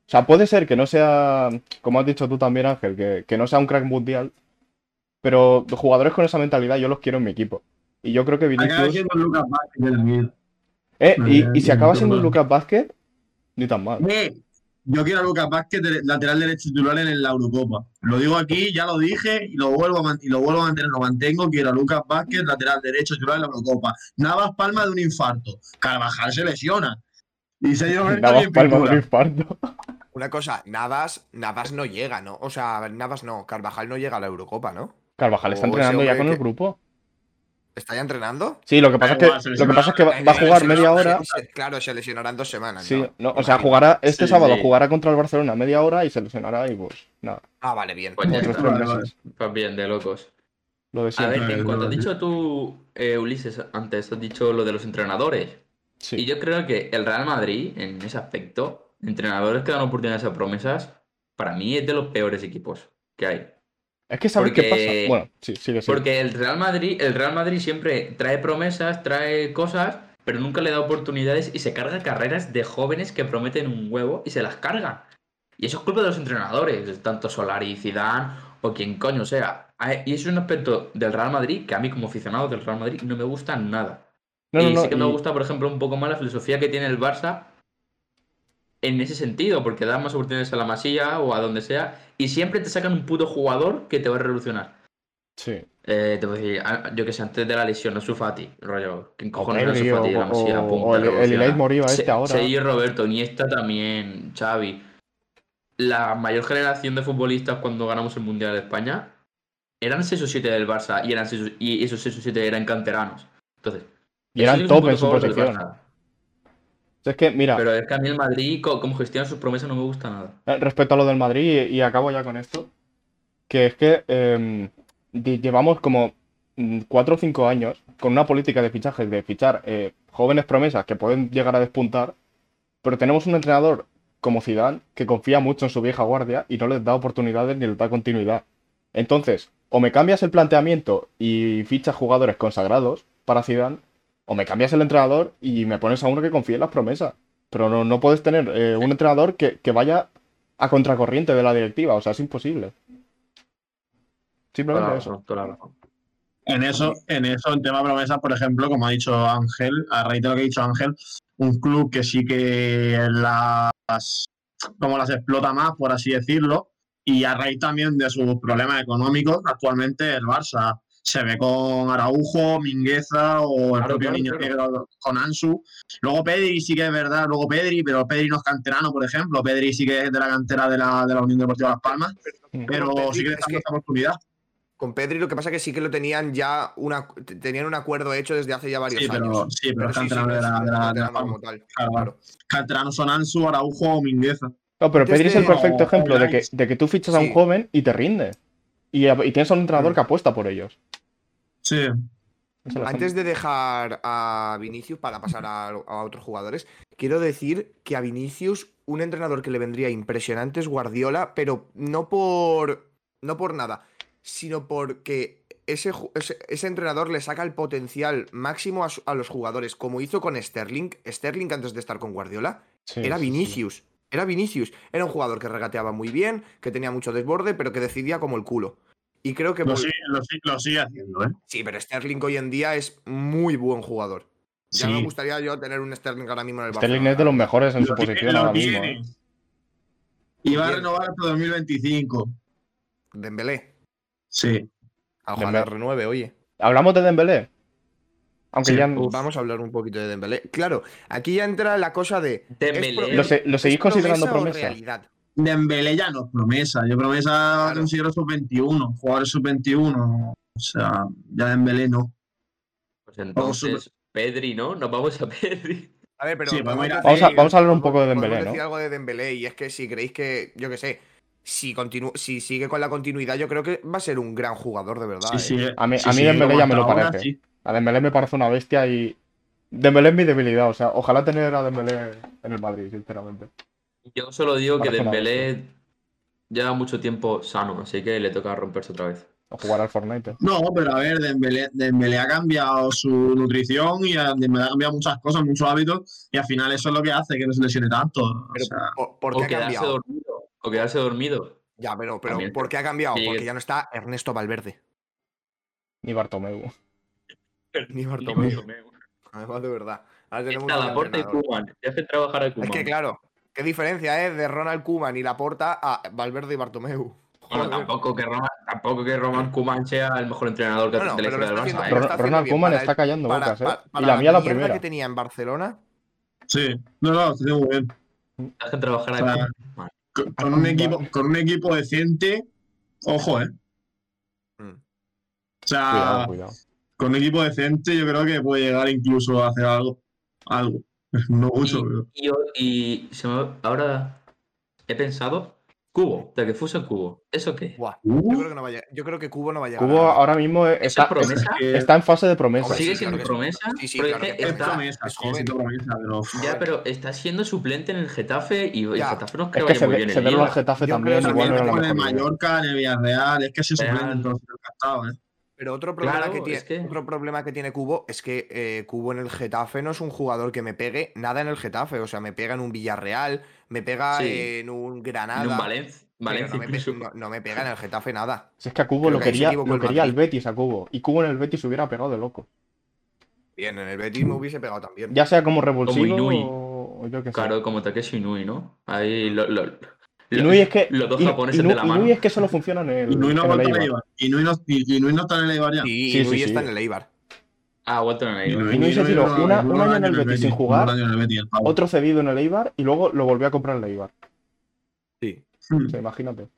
[SPEAKER 2] sea, puede ser que no sea, como has dicho tú también, Ángel, que, que no sea un crack mundial, pero jugadores con esa mentalidad yo los quiero en mi equipo. Y yo creo que
[SPEAKER 3] Acaba
[SPEAKER 2] Vinicius...
[SPEAKER 3] siendo Lucas Vázquez de la vida.
[SPEAKER 2] Eh, y,
[SPEAKER 3] Vale,
[SPEAKER 2] y si
[SPEAKER 3] bien,
[SPEAKER 2] acaba
[SPEAKER 3] bien,
[SPEAKER 2] siendo un
[SPEAKER 3] bien.
[SPEAKER 2] Lucas Vázquez, ni tan mal.
[SPEAKER 3] Eh, Yo quiero a Lucas Vázquez, de lateral derecho titular en la Eurocopa. Lo digo aquí, ya lo dije, y lo vuelvo a, man- y lo vuelvo a mantener, lo mantengo. Quiero a Lucas Vázquez, lateral derecho titular en la Eurocopa. Navas Palma de un infarto. Carvajal se lesiona. Y se dio
[SPEAKER 2] Nada más palma de un infarto.
[SPEAKER 5] Una cosa, Navas, Navas no llega, ¿no? O sea, Navas no, Carvajal no llega a la Eurocopa, ¿no?
[SPEAKER 2] Carvajal está
[SPEAKER 5] Oh, ese
[SPEAKER 2] entrenando ya
[SPEAKER 5] hombre
[SPEAKER 2] con el
[SPEAKER 5] que-
[SPEAKER 2] grupo.
[SPEAKER 5] ¿Está ya entrenando?
[SPEAKER 2] Sí, lo que
[SPEAKER 3] Da
[SPEAKER 2] pasa es que,
[SPEAKER 3] igual, se
[SPEAKER 2] lo que,
[SPEAKER 3] lesionará.
[SPEAKER 2] pasa es que va, va a
[SPEAKER 5] Se
[SPEAKER 2] jugar
[SPEAKER 5] lesionó-
[SPEAKER 2] media hora.
[SPEAKER 5] se- claro, se lesionará en dos semanas.
[SPEAKER 2] Sí,
[SPEAKER 5] ¿no?
[SPEAKER 2] no, o sea, jugará este
[SPEAKER 4] Sí,
[SPEAKER 2] sábado,
[SPEAKER 4] sí.
[SPEAKER 2] jugará contra el Barcelona media hora y se lesionará y pues nada.
[SPEAKER 5] Ah, vale, bien.
[SPEAKER 4] Pues ya
[SPEAKER 2] Otros
[SPEAKER 4] está.
[SPEAKER 2] tres
[SPEAKER 3] Vale, vale.
[SPEAKER 2] meses.
[SPEAKER 4] pues bien, de locos.
[SPEAKER 2] Lo de
[SPEAKER 4] A
[SPEAKER 2] siempre.
[SPEAKER 4] ver,
[SPEAKER 3] claro,
[SPEAKER 4] en cuanto has
[SPEAKER 3] claro.
[SPEAKER 4] dicho tú, eh, Ulises, antes has dicho lo de los entrenadores.
[SPEAKER 2] Sí.
[SPEAKER 4] Y yo creo que el Real Madrid, en ese aspecto, entrenadores que dan oportunidades a promesas, para mí es de los peores equipos que hay.
[SPEAKER 2] Es que sabes qué
[SPEAKER 4] Porque-
[SPEAKER 2] pasa. Bueno, sí, sigue, sigue.
[SPEAKER 4] Porque el Real Madrid, el Real Madrid siempre trae promesas, trae cosas, pero nunca le da oportunidades y se carga carreras de jóvenes que prometen un huevo y se las cargan. Y eso es culpa de los entrenadores, tanto Solari, Zidane o quien coño sea. Ah, Y eso es un aspecto del Real Madrid que a mí como aficionado del Real Madrid no me gusta nada.
[SPEAKER 2] No, no,
[SPEAKER 4] y
[SPEAKER 2] no,
[SPEAKER 4] sí que me
[SPEAKER 2] y-
[SPEAKER 4] gusta, por ejemplo, un poco más la filosofía que tiene el Barça en ese sentido, porque da más oportunidades a la Masía o a donde sea, y siempre te sacan un puto jugador que te va a revolucionar.
[SPEAKER 2] Sí.
[SPEAKER 4] Eh, te voy a decir, ah, yo que sé, antes de la lesión, Ansu Fati, rollo, ¿quién
[SPEAKER 2] O
[SPEAKER 4] cojones era
[SPEAKER 2] Pedri,
[SPEAKER 4] Ansu Fati de la
[SPEAKER 2] o-
[SPEAKER 4] Masía?
[SPEAKER 2] o-
[SPEAKER 4] Pum,
[SPEAKER 2] o
[SPEAKER 4] te
[SPEAKER 2] el- el
[SPEAKER 4] revoluciona.
[SPEAKER 2] Ilai Moriba
[SPEAKER 4] Se-
[SPEAKER 2] este ahora.
[SPEAKER 4] Sergio Roberto, Iniesta también, Xavi. La mayor generación de futbolistas cuando ganamos el Mundial de España eran 6 o 7 del Barça y, eran seis o- y esos 6 o 7 eran canteranos. Entonces,
[SPEAKER 2] Y
[SPEAKER 4] eso
[SPEAKER 2] eran
[SPEAKER 4] sí que es
[SPEAKER 2] top
[SPEAKER 4] un punto
[SPEAKER 2] en su
[SPEAKER 4] a favor del
[SPEAKER 2] posición.
[SPEAKER 4] Barça.
[SPEAKER 2] Es que, mira,
[SPEAKER 4] Pero es que a mí el Madrid, co- como gestiona sus promesas, no me gusta nada.
[SPEAKER 2] Eh, Respecto a lo del Madrid, y, y acabo ya con esto, que es que eh, di- llevamos como 4 mm, o 5 años con una política de fichajes, de fichar eh, jóvenes promesas que pueden llegar a despuntar, pero tenemos un entrenador como Zidane que confía mucho en su vieja guardia y no les da oportunidades ni les da continuidad. Entonces, o me cambias el planteamiento y fichas jugadores consagrados para Zidane, o me cambias el entrenador y me pones a uno que confíe en las promesas. Pero no, no puedes tener eh, un entrenador que, que vaya a contracorriente de la directiva, o sea, es imposible.
[SPEAKER 4] Toda
[SPEAKER 2] Simplemente
[SPEAKER 4] la
[SPEAKER 2] eso.
[SPEAKER 4] razón, toda la razón.
[SPEAKER 3] En eso, en eso, en tema promesa, por ejemplo, como ha dicho Ángel, a raíz de lo que ha dicho Ángel, un club que sí que las como las explota más, por así decirlo, y a raíz también de sus problemas económicos, actualmente el Barça se ve con Araujo, Mingueza o el
[SPEAKER 4] Claro,
[SPEAKER 3] propio
[SPEAKER 4] claro,
[SPEAKER 3] Niño
[SPEAKER 4] claro.
[SPEAKER 3] Negro con Ansu. Luego Pedri sí que es verdad, luego Pedri, pero Pedri no es canterano, por ejemplo. Pedri sí que es de la cantera de la, de la Unión Deportiva Las Palmas, pero
[SPEAKER 5] Pedri
[SPEAKER 3] sí que le
[SPEAKER 5] es
[SPEAKER 3] está
[SPEAKER 5] que-
[SPEAKER 3] dando esta oportunidad.
[SPEAKER 5] Con Pedri lo que pasa es que sí que lo tenían ya una, tenían un acuerdo hecho desde hace ya varios
[SPEAKER 3] Sí, pero-
[SPEAKER 5] años.
[SPEAKER 3] sí, pero es
[SPEAKER 5] sí, sí,
[SPEAKER 3] canterano
[SPEAKER 5] no
[SPEAKER 3] de
[SPEAKER 5] es
[SPEAKER 3] la-
[SPEAKER 5] un
[SPEAKER 3] de la- de la
[SPEAKER 5] canterano
[SPEAKER 3] Palma.
[SPEAKER 5] como tal,
[SPEAKER 3] Claro, claro.
[SPEAKER 5] claro.
[SPEAKER 3] Canterano son Ansu, Araujo o Mingueza.
[SPEAKER 2] No, pero Pedri es el
[SPEAKER 5] Desde-
[SPEAKER 2] perfecto
[SPEAKER 3] o-
[SPEAKER 2] ejemplo de que,
[SPEAKER 3] online.
[SPEAKER 2] de que tú fichas a un
[SPEAKER 5] Sí. Mm.
[SPEAKER 2] joven y te rinde. Y, a- y tienes a un entrenador que apuesta por ellos.
[SPEAKER 3] Sí.
[SPEAKER 2] Esa es la
[SPEAKER 5] Antes de dejar a Vinicius para pasar a, a otros jugadores, quiero decir que a Vinicius un entrenador que le vendría impresionante es Guardiola, pero no por no por nada, sino porque ese, ju- ese, ese entrenador le saca el potencial máximo a, su- a los jugadores, como hizo con Sterling. Sterling antes de estar con Guardiola
[SPEAKER 2] Sí,
[SPEAKER 5] era
[SPEAKER 2] sí, sí.
[SPEAKER 5] Vinicius. Era Vinicius. Era un jugador que regateaba muy bien, que tenía mucho desborde, pero que decidía como el culo. Y creo que
[SPEAKER 3] Lo
[SPEAKER 5] vol-
[SPEAKER 3] sigue, lo sigue- lo sigue haciendo, ¿eh?
[SPEAKER 5] Sí, pero Sterling hoy en día es muy buen jugador. Ya
[SPEAKER 3] Sí.
[SPEAKER 5] me gustaría yo tener un Sterling ahora mismo en el
[SPEAKER 2] Sterling
[SPEAKER 5] Barcelona.
[SPEAKER 2] Este es de los mejores en su
[SPEAKER 3] Lo tiene-
[SPEAKER 2] posición
[SPEAKER 3] lo
[SPEAKER 2] ahora mismo.
[SPEAKER 3] tiene.
[SPEAKER 2] ¿eh?
[SPEAKER 3] Y va a
[SPEAKER 5] Bien.
[SPEAKER 3] renovar hasta 2025.
[SPEAKER 5] Dembélé.
[SPEAKER 3] Sí.
[SPEAKER 5] Ojalá
[SPEAKER 2] Dembélé.
[SPEAKER 5] renueve, oye.
[SPEAKER 2] Hablamos de Dembélé. Aunque
[SPEAKER 3] Sí,
[SPEAKER 2] ya
[SPEAKER 5] Vamos a hablar un poquito de Dembélé. Claro, aquí ya entra la cosa de... ¿es
[SPEAKER 4] Dembélé.
[SPEAKER 5] pro-
[SPEAKER 2] lo, se- lo
[SPEAKER 5] es
[SPEAKER 2] seguís considerando
[SPEAKER 5] promesa o
[SPEAKER 2] promesa.
[SPEAKER 5] realidad?
[SPEAKER 3] Dembélé ya no es promesa. Yo promesa
[SPEAKER 5] Claro.
[SPEAKER 3] considero sub-21, jugador sub-21. O sea, ya Dembélé no.
[SPEAKER 4] Pues entonces, Pedri, ¿no? Nos vamos a Pedri.
[SPEAKER 5] A ver, pero
[SPEAKER 4] pues
[SPEAKER 3] Sí, vamos a ir a-
[SPEAKER 2] Vamos a,
[SPEAKER 5] decir-
[SPEAKER 2] vamos a hablar un poco de
[SPEAKER 5] podemos
[SPEAKER 2] Dembélé,
[SPEAKER 5] decir
[SPEAKER 2] ¿no?
[SPEAKER 5] algo de Dembélé y es que si creéis que, yo qué sé, si, continu- si sigue con la continuidad, yo creo que va a ser un gran jugador de verdad.
[SPEAKER 3] Sí,
[SPEAKER 5] ¿eh?
[SPEAKER 3] sí.
[SPEAKER 2] A mí-
[SPEAKER 3] Sí,
[SPEAKER 2] a mí
[SPEAKER 3] sí,
[SPEAKER 2] Dembélé
[SPEAKER 3] como
[SPEAKER 2] ya me
[SPEAKER 3] hasta
[SPEAKER 2] lo
[SPEAKER 3] ahora,
[SPEAKER 2] parece.
[SPEAKER 3] sí.
[SPEAKER 2] A Dembélé me parece una bestia y... Dembélé es mi debilidad, o sea, ojalá tener a Dembélé en el Madrid, sinceramente.
[SPEAKER 4] Yo solo digo que
[SPEAKER 2] Parece una
[SPEAKER 4] Dembélé lleva mucho tiempo sano, así que le toca romperse otra vez.
[SPEAKER 2] O jugar al Fortnite.
[SPEAKER 3] No, pero a ver, Dembélé, Dembélé ha cambiado su nutrición y a- Dembélé ha cambiado muchas cosas, muchos hábitos, y al final eso es lo que hace que no se lesione tanto. O
[SPEAKER 5] Pero,
[SPEAKER 3] sea,
[SPEAKER 5] ¿por, por
[SPEAKER 4] O
[SPEAKER 5] qué ha
[SPEAKER 4] quedarse
[SPEAKER 5] cambiado?
[SPEAKER 4] dormido. O quedarse dormido.
[SPEAKER 5] Ya, pero, pero
[SPEAKER 4] También.
[SPEAKER 5] ¿por qué ha cambiado?
[SPEAKER 4] Sí.
[SPEAKER 5] Porque ya no está Ernesto Valverde.
[SPEAKER 2] Ni Bartomeu.
[SPEAKER 5] Ni Bartomeu.
[SPEAKER 4] Está
[SPEAKER 5] Además, de verdad. Ahora tenemos un
[SPEAKER 4] la puerta y
[SPEAKER 5] entrenador.
[SPEAKER 4] Kuman. Te hacen trabajar a Kuman.
[SPEAKER 5] Es que claro, qué diferencia es de Ronald Koeman y Laporta a Valverde y Bartomeu.
[SPEAKER 4] Bueno,
[SPEAKER 5] Joder.
[SPEAKER 4] tampoco que Roman, tampoco que Roman Kuman sea el mejor entrenador que
[SPEAKER 5] No, no,
[SPEAKER 4] de la
[SPEAKER 5] pero lo
[SPEAKER 4] historia del
[SPEAKER 5] está
[SPEAKER 4] Barça.
[SPEAKER 5] haciendo-
[SPEAKER 4] ¿eh?
[SPEAKER 5] está
[SPEAKER 2] Ron- Ronald
[SPEAKER 5] bien,
[SPEAKER 2] Koeman
[SPEAKER 5] para el-
[SPEAKER 2] está callando
[SPEAKER 5] para-
[SPEAKER 2] bocas, ¿eh?
[SPEAKER 5] para-
[SPEAKER 2] y
[SPEAKER 5] para
[SPEAKER 2] la mía la
[SPEAKER 5] mierda
[SPEAKER 2] primera.
[SPEAKER 5] que tenía en Barcelona,
[SPEAKER 3] sí. No, no, está muy bien.
[SPEAKER 4] Te hacen trabajar a
[SPEAKER 3] O sea,
[SPEAKER 4] Koeman.
[SPEAKER 3] con, con
[SPEAKER 2] Ah,
[SPEAKER 3] un equipo, con un equipo decente, ojo, ¿eh?
[SPEAKER 5] mm,
[SPEAKER 3] O sea,
[SPEAKER 5] Ah.
[SPEAKER 2] Cuidado, pues. cuidado.
[SPEAKER 3] con un equipo decente yo creo que puede llegar incluso a hacer algo. Algo.
[SPEAKER 2] Mm.
[SPEAKER 3] No mucho, pero...
[SPEAKER 4] Y, y- y se me- ahora he pensado Cubo, Takefusa en Cubo. ¿Eso qué?
[SPEAKER 5] Buah, yo
[SPEAKER 3] Uh,
[SPEAKER 5] creo que no va a llegar- yo creo que Cubo no va a llegar.
[SPEAKER 2] Cubo ahora mismo eh,
[SPEAKER 4] ¿Esa
[SPEAKER 2] está,
[SPEAKER 4] promesa?
[SPEAKER 2] es- está en fase de promesa.
[SPEAKER 5] Hombre,
[SPEAKER 4] ¿Sigue
[SPEAKER 5] sí,
[SPEAKER 4] siendo
[SPEAKER 5] claro que sí.
[SPEAKER 4] promesa?
[SPEAKER 5] Sí, sí,
[SPEAKER 4] Pero
[SPEAKER 5] claro
[SPEAKER 4] es
[SPEAKER 5] que
[SPEAKER 4] que
[SPEAKER 5] sí.
[SPEAKER 3] es
[SPEAKER 4] está-
[SPEAKER 3] promesa,
[SPEAKER 5] es
[SPEAKER 3] sí, es
[SPEAKER 5] joven.
[SPEAKER 3] promesa, pero. uf,
[SPEAKER 4] Ya, pero está siendo suplente en el Getafe y el
[SPEAKER 5] Ya.
[SPEAKER 4] Getafe no
[SPEAKER 2] Es
[SPEAKER 4] creo
[SPEAKER 2] que
[SPEAKER 4] que vaya muy
[SPEAKER 2] ceder-
[SPEAKER 4] bien en
[SPEAKER 2] cederlo al
[SPEAKER 4] Liga.
[SPEAKER 2] Getafe
[SPEAKER 5] Yo
[SPEAKER 2] también
[SPEAKER 5] creo
[SPEAKER 2] igual
[SPEAKER 3] También
[SPEAKER 2] no era la
[SPEAKER 3] con el
[SPEAKER 2] mejor idea.
[SPEAKER 3] Mallorca, en el Villarreal, es que se
[SPEAKER 4] Real.
[SPEAKER 3] suplente entonces el castado, ¿eh?
[SPEAKER 5] Pero otro problema,
[SPEAKER 4] Claro,
[SPEAKER 5] que tiene,
[SPEAKER 4] es que-
[SPEAKER 5] otro problema que tiene Cubo es que eh, Cubo en el Getafe no es un jugador que me pegue nada en el Getafe. O sea, me pega en un Villarreal, me pega
[SPEAKER 4] Sí.
[SPEAKER 5] en un Granada.
[SPEAKER 4] En un Valencia.
[SPEAKER 5] pero
[SPEAKER 4] Valencia
[SPEAKER 5] no, me, pe-
[SPEAKER 4] incluso.
[SPEAKER 5] no- no me pega en el Getafe nada.
[SPEAKER 2] Si es que a Cubo
[SPEAKER 5] Creo
[SPEAKER 2] lo
[SPEAKER 5] que ahí se
[SPEAKER 2] quería,
[SPEAKER 5] equivocó
[SPEAKER 2] lo
[SPEAKER 5] el
[SPEAKER 2] quería el
[SPEAKER 5] Madrid.
[SPEAKER 2] Betis a Cubo. Y Cubo en el Betis se hubiera pegado de loco.
[SPEAKER 5] Bien, en el Betis me hubiese pegado también.
[SPEAKER 2] Ya sea como revulsivo
[SPEAKER 4] Inui.
[SPEAKER 2] o o yo qué sé.
[SPEAKER 4] Claro, como Takeshi Inui, ¿no? Ahí
[SPEAKER 3] Mm.
[SPEAKER 4] lo, lo- lo-
[SPEAKER 2] Inui es que,
[SPEAKER 4] los dos
[SPEAKER 2] Inu-
[SPEAKER 4] japoneses
[SPEAKER 2] Inu-
[SPEAKER 4] de la mano.
[SPEAKER 2] Inui es que solo funciona en el,
[SPEAKER 3] Y Nui no
[SPEAKER 2] en el
[SPEAKER 3] aguanta el
[SPEAKER 2] Eibar.
[SPEAKER 3] Eibar. Y Nui no, y, y Nui no está en el Eibar ya.
[SPEAKER 5] Y,
[SPEAKER 2] Sí,
[SPEAKER 5] y
[SPEAKER 2] sí,
[SPEAKER 5] Luis
[SPEAKER 2] sí.
[SPEAKER 5] está en el Eibar.
[SPEAKER 4] Ah, ha vuelto en el Eibar.
[SPEAKER 2] Nui se tiró
[SPEAKER 3] lleva
[SPEAKER 2] una-
[SPEAKER 3] un
[SPEAKER 2] un año en el Betis sin
[SPEAKER 3] un
[SPEAKER 2] jugar.
[SPEAKER 3] año en el Betis, el pavo.
[SPEAKER 2] Otro cedido en el Eibar y luego lo volvió a comprar en el Eibar.
[SPEAKER 5] Sí.
[SPEAKER 2] O sea, imagínate.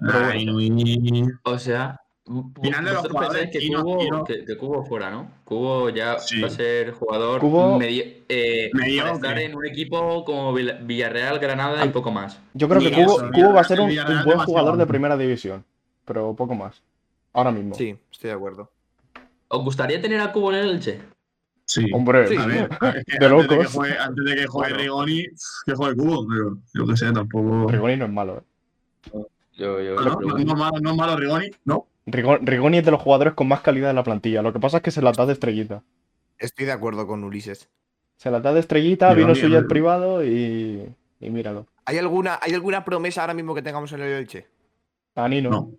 [SPEAKER 3] Ay, Nui.
[SPEAKER 4] O sea, vo-
[SPEAKER 3] Final de los
[SPEAKER 4] vosotros
[SPEAKER 3] jugadores
[SPEAKER 4] pensáis que
[SPEAKER 3] chinos,
[SPEAKER 4] Cubo,
[SPEAKER 3] tío.
[SPEAKER 4] que, que Cubo fuera, ¿no? Cubo ya
[SPEAKER 3] Sí.
[SPEAKER 4] va a ser jugador
[SPEAKER 2] Cubo-
[SPEAKER 4] medi- eh,
[SPEAKER 3] Mediocre.
[SPEAKER 4] para estar en un equipo como Vil- Villarreal, Granada y poco más.
[SPEAKER 2] Yo creo
[SPEAKER 5] Ni
[SPEAKER 2] que Cubo,
[SPEAKER 5] eso, ni
[SPEAKER 2] Cubo va a
[SPEAKER 3] el
[SPEAKER 2] ser un,
[SPEAKER 3] Villarreal
[SPEAKER 2] un buen
[SPEAKER 3] demasiado.
[SPEAKER 2] jugador de primera división. Pero poco más. Ahora mismo.
[SPEAKER 5] Sí, estoy de acuerdo.
[SPEAKER 4] ¿Os gustaría tener a Cubo en el Elche?
[SPEAKER 3] Sí.
[SPEAKER 2] Hombre,
[SPEAKER 5] Sí.
[SPEAKER 3] A ver, es que
[SPEAKER 2] De
[SPEAKER 3] antes de que
[SPEAKER 2] locos.
[SPEAKER 3] juegue, antes de que juegue
[SPEAKER 2] Claro.
[SPEAKER 3] Rigoni, que juegue Cubo, pero yo que sé, tampoco.
[SPEAKER 2] Rigoni no es malo. ¿eh?
[SPEAKER 4] Yo, yo,
[SPEAKER 3] No, no, no, es malo, no es malo Rigoni, no.
[SPEAKER 2] Rigo- Rigoni es de los jugadores con más calidad de la plantilla. Lo que pasa es que se las da de estrellita.
[SPEAKER 5] Estoy de acuerdo con Ulises.
[SPEAKER 2] Se las da de estrellita,
[SPEAKER 3] Rigoni,
[SPEAKER 2] vino suyo el
[SPEAKER 3] Rigoni.
[SPEAKER 2] privado y, y míralo.
[SPEAKER 5] ¿Hay alguna, ¿Hay alguna promesa ahora mismo que tengamos en el Elche?
[SPEAKER 2] A Nino.
[SPEAKER 3] No.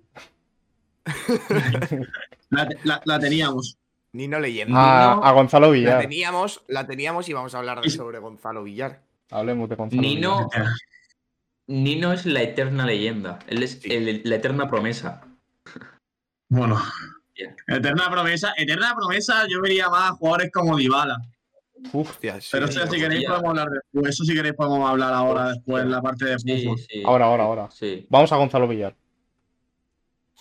[SPEAKER 3] La, la- la teníamos.
[SPEAKER 5] Nino Leyenda.
[SPEAKER 2] A,
[SPEAKER 4] Nino-
[SPEAKER 2] a Gonzalo
[SPEAKER 5] La
[SPEAKER 2] Ah, Villar.
[SPEAKER 5] teníamos, la teníamos y vamos a hablar de- sobre Gonzalo Villar.
[SPEAKER 2] Hablemos de Gonzalo
[SPEAKER 4] Nino,
[SPEAKER 2] Villar.
[SPEAKER 4] Nino es la eterna leyenda. Él es
[SPEAKER 5] Sí.
[SPEAKER 4] el- la eterna promesa.
[SPEAKER 3] Bueno.
[SPEAKER 4] Bien.
[SPEAKER 3] Eterna promesa, eterna promesa, yo vería más jugadores como Dybala.
[SPEAKER 2] Uf.
[SPEAKER 5] Hostia, sí,
[SPEAKER 3] Pero
[SPEAKER 5] sí,
[SPEAKER 3] eso
[SPEAKER 5] sí.
[SPEAKER 3] si queréis
[SPEAKER 4] Hostia.
[SPEAKER 3] podemos hablar después. Eso si queréis podemos hablar ahora después en la parte de
[SPEAKER 4] Pues, Sí,
[SPEAKER 3] fútbol.
[SPEAKER 4] sí.
[SPEAKER 2] Ahora, ahora, ahora.
[SPEAKER 4] Sí.
[SPEAKER 2] Vamos a Gonzalo Villar.